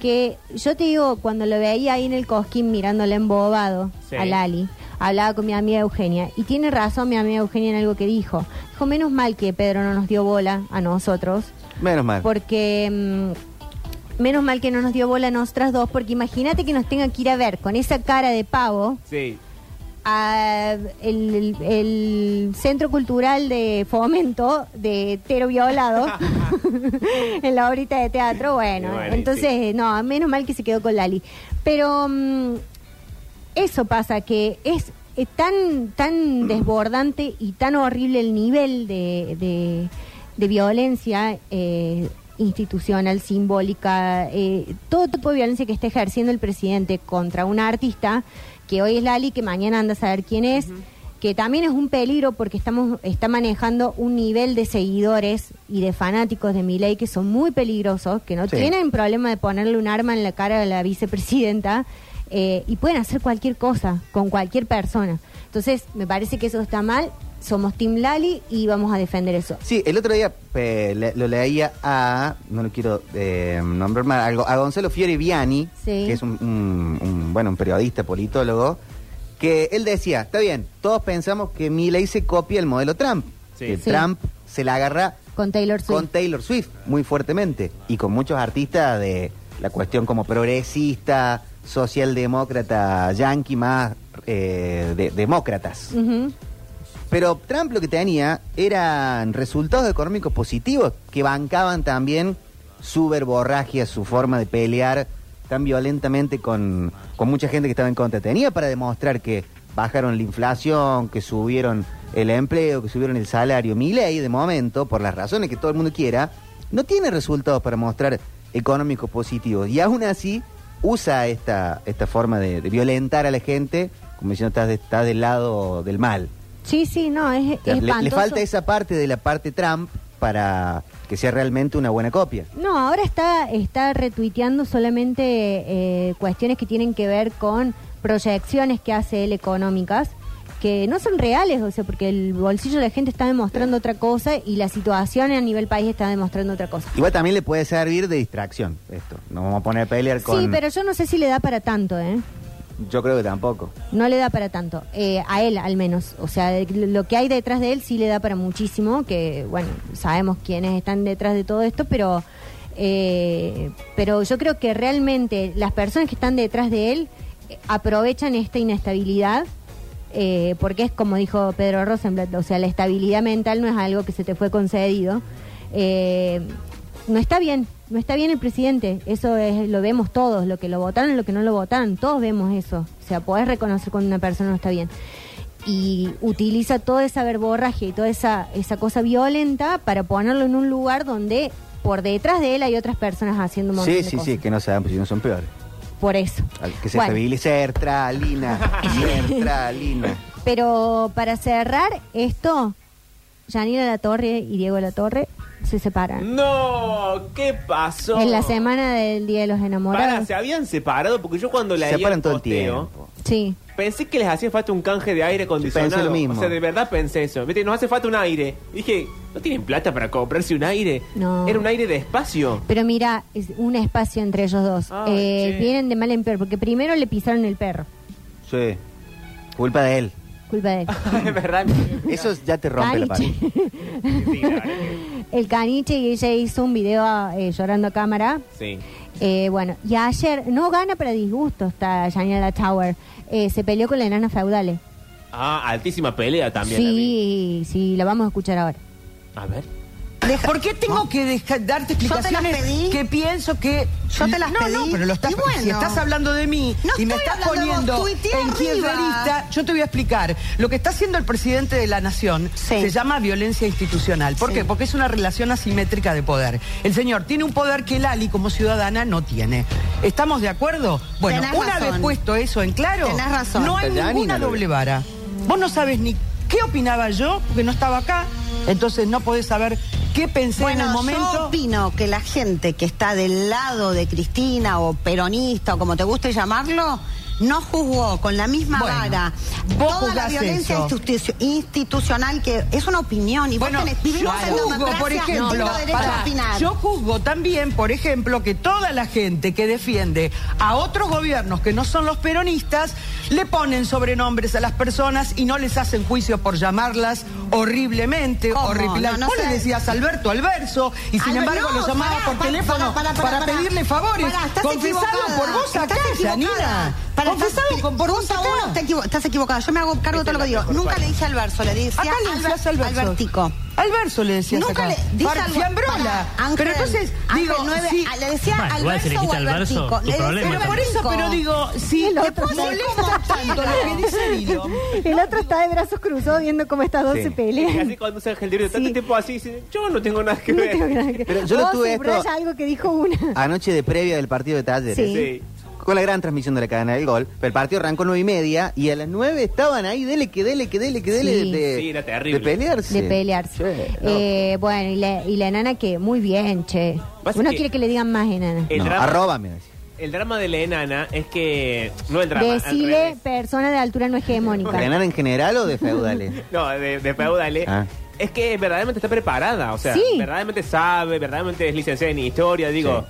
Speaker 2: que yo te digo, cuando lo veía ahí en el cosquín mirándole embobado
Speaker 1: Sí.
Speaker 2: a Lali, hablaba con mi amiga Eugenia, y tiene razón mi amiga Eugenia en algo que dijo. Dijo, menos mal que Pedro no nos dio bola a nosotros,
Speaker 3: Menos mal.
Speaker 2: porque... mm, Menos mal que no nos dio bola a nosotras dos, porque imagínate que nos tenga que ir a ver con esa cara de pavo
Speaker 1: Sí.
Speaker 2: a el, el Centro Cultural de Fomento de Tero Violado en la horita de teatro. Bueno,
Speaker 1: Y bueno, y
Speaker 2: entonces, no, menos mal que se quedó con Lali. Pero mm, eso pasa, que es, eh, tan, tan desbordante y tan horrible el nivel de, de- de violencia. eh, institucional, simbólica, eh, todo tipo de violencia que esté ejerciendo el presidente contra un artista, que hoy es Lali, que mañana anda a saber quién es, que también es un peligro porque estamos está manejando un nivel de seguidores y de fanáticos de Milei que son muy peligrosos, que no
Speaker 3: Sí.
Speaker 2: tienen problema de ponerle un arma en la cara a la vicepresidenta eh, y pueden hacer cualquier cosa con cualquier persona. Entonces, me parece que eso está mal. Somos Team Lali y vamos a defender eso.
Speaker 3: Sí, el otro día eh, le- lo leía a, no lo quiero eh, nombrar mal, algo, a Gonzalo Fiore Viani,
Speaker 2: Sí.
Speaker 3: que es un, un- un, bueno, un periodista, politólogo, que él decía, está bien, todos pensamos que Milley se copia el modelo Trump,
Speaker 1: Sí.
Speaker 3: que
Speaker 2: Sí.
Speaker 3: Trump se la agarra
Speaker 2: Con Taylor Swift.
Speaker 3: con Taylor Swift muy fuertemente y con muchos artistas de la cuestión como progresista, socialdemócrata, yankee más eh, de- demócratas.
Speaker 2: Ujú.
Speaker 3: Pero Trump lo que tenía eran resultados económicos positivos que bancaban también su verborragia, su forma de pelear tan violentamente con, con mucha gente que estaba en contra. Tenía para demostrar que bajaron la inflación, que subieron el empleo, que subieron el salario. Mi ley, de momento, por las razones que todo el mundo quiera, no tiene resultados para mostrar económicos positivos. Y aún así usa esta, esta forma de, de violentar a la gente, como diciendo, estás, de- estás del lado del mal.
Speaker 2: Sí, sí, no, es,
Speaker 3: O sea,
Speaker 2: es
Speaker 3: le, le
Speaker 2: espantoso.
Speaker 3: falta esa parte de la parte Trump para que sea realmente una buena copia.
Speaker 2: No, ahora está, está retuiteando solamente eh, cuestiones que tienen que ver con proyecciones que hace él económicas, que no son reales, o sea, porque el bolsillo de la gente está demostrando otra cosa y la situación a nivel país está demostrando otra cosa.
Speaker 3: Igual también le puede servir de distracción esto. No vamos a poner a pelear con...
Speaker 2: Sí, pero yo no sé si le da para tanto, ¿eh?
Speaker 3: Yo creo que tampoco.
Speaker 2: No le da para tanto, eh, a él al menos. O sea, de- lo que hay detrás de él sí le da para muchísimo, que bueno, sabemos quiénes están detrás de todo esto, pero, eh, pero yo creo que realmente las personas que están detrás de él eh, aprovechan esta inestabilidad, eh, porque es como dijo Pedro Rosenblatt, o sea, la estabilidad mental no es algo que se te fue concedido. Eh, no está bien, no está bien el presidente. Eso es, lo vemos todos, lo que lo votaron, lo que no lo votaron, todos vemos eso. O sea, podés reconocer cuando una persona no está bien. Y utiliza toda esa verborragia y toda esa, esa cosa violenta para ponerlo en un lugar donde por detrás de él hay otras personas haciendo un montón
Speaker 3: Sí,
Speaker 2: de
Speaker 3: sí,
Speaker 2: cosas.
Speaker 3: sí, que no sean, pues si no son peores.
Speaker 2: Por eso.
Speaker 3: Al Que se
Speaker 2: Bueno.
Speaker 3: estabilice sertralina, sertralina.
Speaker 2: Pero para cerrar esto, Yanira La Torre y Diego La Torre se separan.
Speaker 1: No, ¿qué pasó?
Speaker 2: En la semana del Día de los
Speaker 1: Para,
Speaker 2: Enamorados.
Speaker 1: se habían separado porque yo cuando
Speaker 3: Se
Speaker 1: la
Speaker 3: separan todo el tiempo.
Speaker 2: Sí.
Speaker 1: Pensé que les hacía falta un canje de aire acondicionado.
Speaker 3: Pensé lo mismo.
Speaker 1: O sea, de verdad pensé eso. Viste, nos hace falta un aire. Dije, ¿no tienen plata para comprarse un aire?
Speaker 2: No.
Speaker 1: Era un aire de espacio.
Speaker 2: Pero mira, es un espacio entre ellos dos.
Speaker 1: Ay,
Speaker 2: Eh,
Speaker 1: che.
Speaker 2: vienen de mal en peor, porque primero le pisaron el perro.
Speaker 3: Sí. Culpa de él.
Speaker 2: Culpa de él.
Speaker 1: es verdad.
Speaker 3: Eso ya te rompe la
Speaker 2: Caniche.
Speaker 3: pared.
Speaker 1: Sí, la verdad que-
Speaker 2: El caniche y ella hizo un video eh, llorando a cámara.
Speaker 1: Sí.
Speaker 2: Eh, bueno, y ayer no gana para disgusto está Janina Tower. Eh, se peleó con la enana feudale.
Speaker 1: Ah, altísima pelea también. la vi.
Speaker 2: sí, sí, la vamos a escuchar ahora.
Speaker 1: A ver.
Speaker 9: Deja- ¿Por qué tengo que deja- darte
Speaker 10: Yo te las
Speaker 9: explicaciones
Speaker 10: pedí.
Speaker 9: que pienso que...
Speaker 10: Yo te las
Speaker 9: no, No,
Speaker 10: pedí.
Speaker 9: pero lo estás,
Speaker 10: Y bueno.
Speaker 9: si estás hablando de mí
Speaker 10: No
Speaker 9: y me
Speaker 10: estoy
Speaker 9: estás
Speaker 10: hablando de
Speaker 9: poniendo
Speaker 10: vos, tuitea
Speaker 9: en
Speaker 10: arriba.
Speaker 9: kirchnerista, yo te voy a explicar. Lo que está haciendo el presidente de la Nación
Speaker 10: Sí.
Speaker 9: se llama violencia institucional. ¿Por
Speaker 10: Sí.
Speaker 9: qué? Porque es una relación asimétrica de poder. El señor tiene un poder que Lali como ciudadana no tiene. ¿Estamos de acuerdo? Bueno,
Speaker 10: Tenés
Speaker 9: una
Speaker 10: razón.
Speaker 9: vez puesto eso en claro,
Speaker 10: Tenés razón.
Speaker 9: no hay
Speaker 3: Pero ya ni
Speaker 9: ninguna
Speaker 3: me lo
Speaker 9: doble
Speaker 3: digo.
Speaker 9: vara. Vos no sabes ni qué opinaba yo, porque no estaba acá, entonces no podés saber qué pensé en el
Speaker 10: yo
Speaker 9: momento.
Speaker 10: opino que la gente que está del lado de Cristina o peronista o como te guste llamarlo, no juzgó con la misma
Speaker 9: Bueno,
Speaker 10: vara
Speaker 9: vos
Speaker 10: toda la
Speaker 9: juzgás
Speaker 10: violencia
Speaker 9: eso.
Speaker 10: institu- institucional que es una opinión y vos
Speaker 9: Bueno,
Speaker 10: tenés-
Speaker 9: yo
Speaker 10: vivimos en
Speaker 9: juzgo,
Speaker 10: democracia
Speaker 9: por
Speaker 10: y
Speaker 9: ejemplo,
Speaker 10: tengo derecho
Speaker 9: pará,
Speaker 10: a opinar.
Speaker 9: yo juzgo también, por ejemplo, que toda la gente que defiende a otros gobiernos que no son los peronistas, le ponen sobrenombres a las personas y no les hacen juicio por llamarlas horriblemente,
Speaker 10: ¿Cómo?
Speaker 9: horripilantes.
Speaker 10: No, no
Speaker 9: Vos le
Speaker 10: sé.
Speaker 9: decías Alberto Alberso y sin
Speaker 10: Alberto,
Speaker 9: embargo
Speaker 10: no,
Speaker 9: lo llamabas
Speaker 10: pará,
Speaker 9: por
Speaker 10: pará,
Speaker 9: teléfono
Speaker 10: pará, pará,
Speaker 9: para
Speaker 10: pará.
Speaker 9: pedirle favores.
Speaker 10: Pará, estás
Speaker 9: Confesado
Speaker 10: equivocada.
Speaker 9: por vos
Speaker 10: Estás
Speaker 9: acá,
Speaker 10: equivocada.
Speaker 9: Janina.
Speaker 10: Pará,
Speaker 9: Confesado
Speaker 10: estás-
Speaker 9: con- por vos
Speaker 10: punto
Speaker 9: acá.
Speaker 10: uno, está equivo- estás equivocada. Yo me hago cargo de todo lo que digo. Nunca le dije al verso, le decía
Speaker 9: Acá le
Speaker 10: Albert-
Speaker 9: decías Alberto.
Speaker 10: Albertico.
Speaker 9: Alberto le decías
Speaker 10: Nunca
Speaker 9: acá.
Speaker 10: le dije
Speaker 9: Par-
Speaker 10: algo-
Speaker 9: Fiambrola.
Speaker 10: Pará, Ángel,
Speaker 9: pero entonces,
Speaker 10: Ángel
Speaker 9: digo,
Speaker 10: nueve,
Speaker 9: si-
Speaker 10: ah, le decía
Speaker 11: Bueno, igual si le
Speaker 10: Alberto o
Speaker 11: dijiste Alberto,
Speaker 10: Albertico.
Speaker 11: tu
Speaker 10: Le decía
Speaker 11: problema
Speaker 9: Pero por
Speaker 10: Albertico.
Speaker 9: eso, pero digo, si
Speaker 2: El
Speaker 9: te
Speaker 2: otro sí.
Speaker 9: molesta tanto lo que dice Guido,
Speaker 2: El otro está de brazos cruzados viendo cómo estas dos
Speaker 3: Sí.
Speaker 2: se
Speaker 1: Y
Speaker 2: pelean.
Speaker 1: así cuando se el libro, tanto
Speaker 2: Sí.
Speaker 1: tiempo así, dice, yo no tengo nada que
Speaker 2: No
Speaker 1: ver.
Speaker 2: tengo nada que-
Speaker 3: Pero yo lo
Speaker 2: Vos
Speaker 3: tuve
Speaker 2: subraya
Speaker 3: esto- Ah,
Speaker 2: algo que dijo una.
Speaker 3: Anoche de previa del partido de Talleres.
Speaker 2: Sí.
Speaker 1: Sí.
Speaker 3: Con la gran transmisión de la cadena del gol. Pero el partido arrancó nueve y media y a las nueve estaban ahí, dele que dele que dele que dele
Speaker 2: Sí.
Speaker 3: de,
Speaker 1: Sí, era terrible.
Speaker 3: de pelearse.
Speaker 2: De pelearse.
Speaker 3: Sí, no.
Speaker 2: Eh, bueno, y la, y la enana que muy bien, che.
Speaker 1: Pasa
Speaker 2: Uno
Speaker 1: que-
Speaker 2: quiere que le digan más enana.
Speaker 1: El
Speaker 3: No,
Speaker 1: drama-
Speaker 3: arróbame, decía.
Speaker 1: El drama de la enana es que. No el drama. al
Speaker 2: Decile
Speaker 1: revés.
Speaker 2: persona de altura no hegemónica.
Speaker 3: ¿Ganar en general o de feudales?
Speaker 1: No, de, de feudales.
Speaker 3: Ah.
Speaker 1: Es que verdaderamente está preparada, o sea,
Speaker 2: Sí.
Speaker 1: verdaderamente sabe, verdaderamente es licenciada en historia, digo,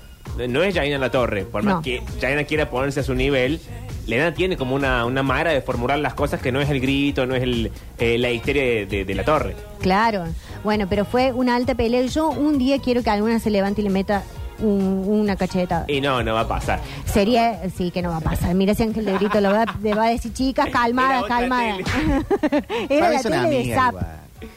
Speaker 1: no es Jaina La Torre, por más
Speaker 2: No.
Speaker 1: que Jaina quiera ponerse a su nivel, Lena tiene como una, una manera de formular las cosas que no es el grito, no es el, eh, la histeria de, de- de La Torre.
Speaker 2: Claro. Bueno, pero fue una alta pelea. y Yo un día quiero que alguna se levante y le meta un- una cachetada.
Speaker 1: Y no, no va a pasar.
Speaker 2: Sería, sí, que no va a pasar. Mira si Ángel de Brito lo va, le va a decir, chicas, calmada,
Speaker 1: Era otra
Speaker 2: calmada. Era
Speaker 3: Para mí
Speaker 2: la
Speaker 3: son
Speaker 2: tele de
Speaker 3: amigas
Speaker 2: Zap.
Speaker 3: igual.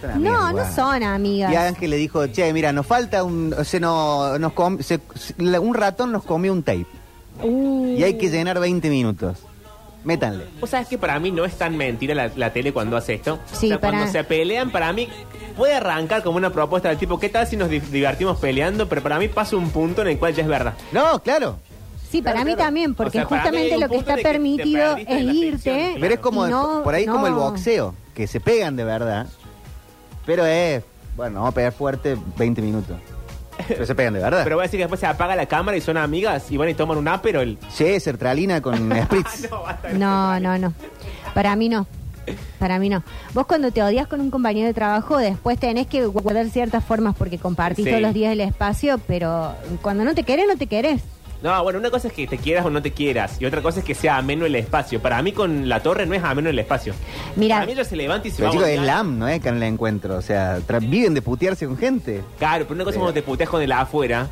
Speaker 3: Son amigas
Speaker 2: No, no
Speaker 3: igual.
Speaker 2: son amigas.
Speaker 3: Y Ángel le dijo, che, mira, nos falta un... Se nos, nos com- se- se- la- un ratón nos comió un tape.
Speaker 2: Uh.
Speaker 3: Y hay que llenar 20 minutos. Métanle.
Speaker 1: ¿Vos sabés que para mí no es tan mentira la, la tele cuando hace esto?
Speaker 2: Sí,
Speaker 1: O sea,
Speaker 2: para-
Speaker 1: Cuando se pelean, para mí puede arrancar como una propuesta del tipo, ¿qué tal si nos di- divertimos peleando? Pero para mí pasa un punto en el cual ya es verdad.
Speaker 3: No, claro.
Speaker 2: Sí, para
Speaker 1: Claro,
Speaker 2: mí
Speaker 1: claro.
Speaker 2: también, porque
Speaker 1: O sea, para mí hay
Speaker 2: justamente
Speaker 1: un
Speaker 2: lo que
Speaker 1: punto
Speaker 2: está
Speaker 1: en el que te
Speaker 2: permitido
Speaker 1: perdiste
Speaker 2: es
Speaker 1: en la ficción,
Speaker 2: irte.
Speaker 1: claro.
Speaker 3: Pero es como,
Speaker 2: y no-
Speaker 3: por ahí
Speaker 2: no.
Speaker 3: como el boxeo, que se pegan de verdad. Pero es, bueno, vamos a pegar fuerte 20 minutos. Pero se pegan de verdad.
Speaker 1: Pero voy a decir que después se apaga la cámara y son amigas y van y toman un pero el...
Speaker 3: Che, sertralina con spritz.
Speaker 1: No, basta.
Speaker 2: No, no, no. Para mí no. Para mí no. Vos cuando te odias con un compañero de trabajo, después tenés que guardar ciertas formas porque compartís
Speaker 1: Sí.
Speaker 2: todos los días el espacio, pero cuando no te querés, no te querés.
Speaker 1: No, bueno, una cosa es que te quieras o no te quieras y otra cosa es que sea ameno el espacio. Para mí con la torre no es ameno el espacio.
Speaker 2: Mira,
Speaker 1: Para mí ella se levanta y se
Speaker 3: Pero
Speaker 1: va
Speaker 3: chicos,
Speaker 1: a
Speaker 3: es
Speaker 1: voltear.
Speaker 3: LAM, ¿no es? Que en el encuentro. O sea, tra- viven de putearse con gente.
Speaker 1: Claro, pero una cosa es cuando te puteas con el afuera.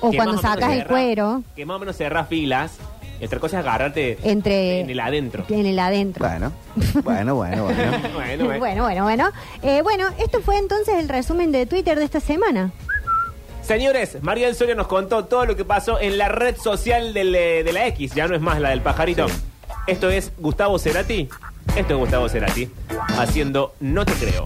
Speaker 2: o
Speaker 1: que
Speaker 2: cuando
Speaker 1: más menos
Speaker 2: sacas el
Speaker 1: cerra-
Speaker 2: cuero
Speaker 1: Que más o menos cerrás filas. Y otra cosa es agarrarte
Speaker 2: entre...
Speaker 1: en el adentro.
Speaker 2: En el adentro.
Speaker 3: Bueno, bueno, bueno, bueno.
Speaker 2: Bueno,
Speaker 1: bueno, bueno.
Speaker 2: bueno, bueno. Bueno. Eh, bueno, esto fue entonces el resumen de Twitter de esta semana.
Speaker 1: Señores, Mariel Soria nos contó todo lo que pasó en la red social del, eh, de la X, ya no es más la del pajarito. Esto es Gustavo Cerati. Esto es Gustavo Cerati, haciendo No Te Creo.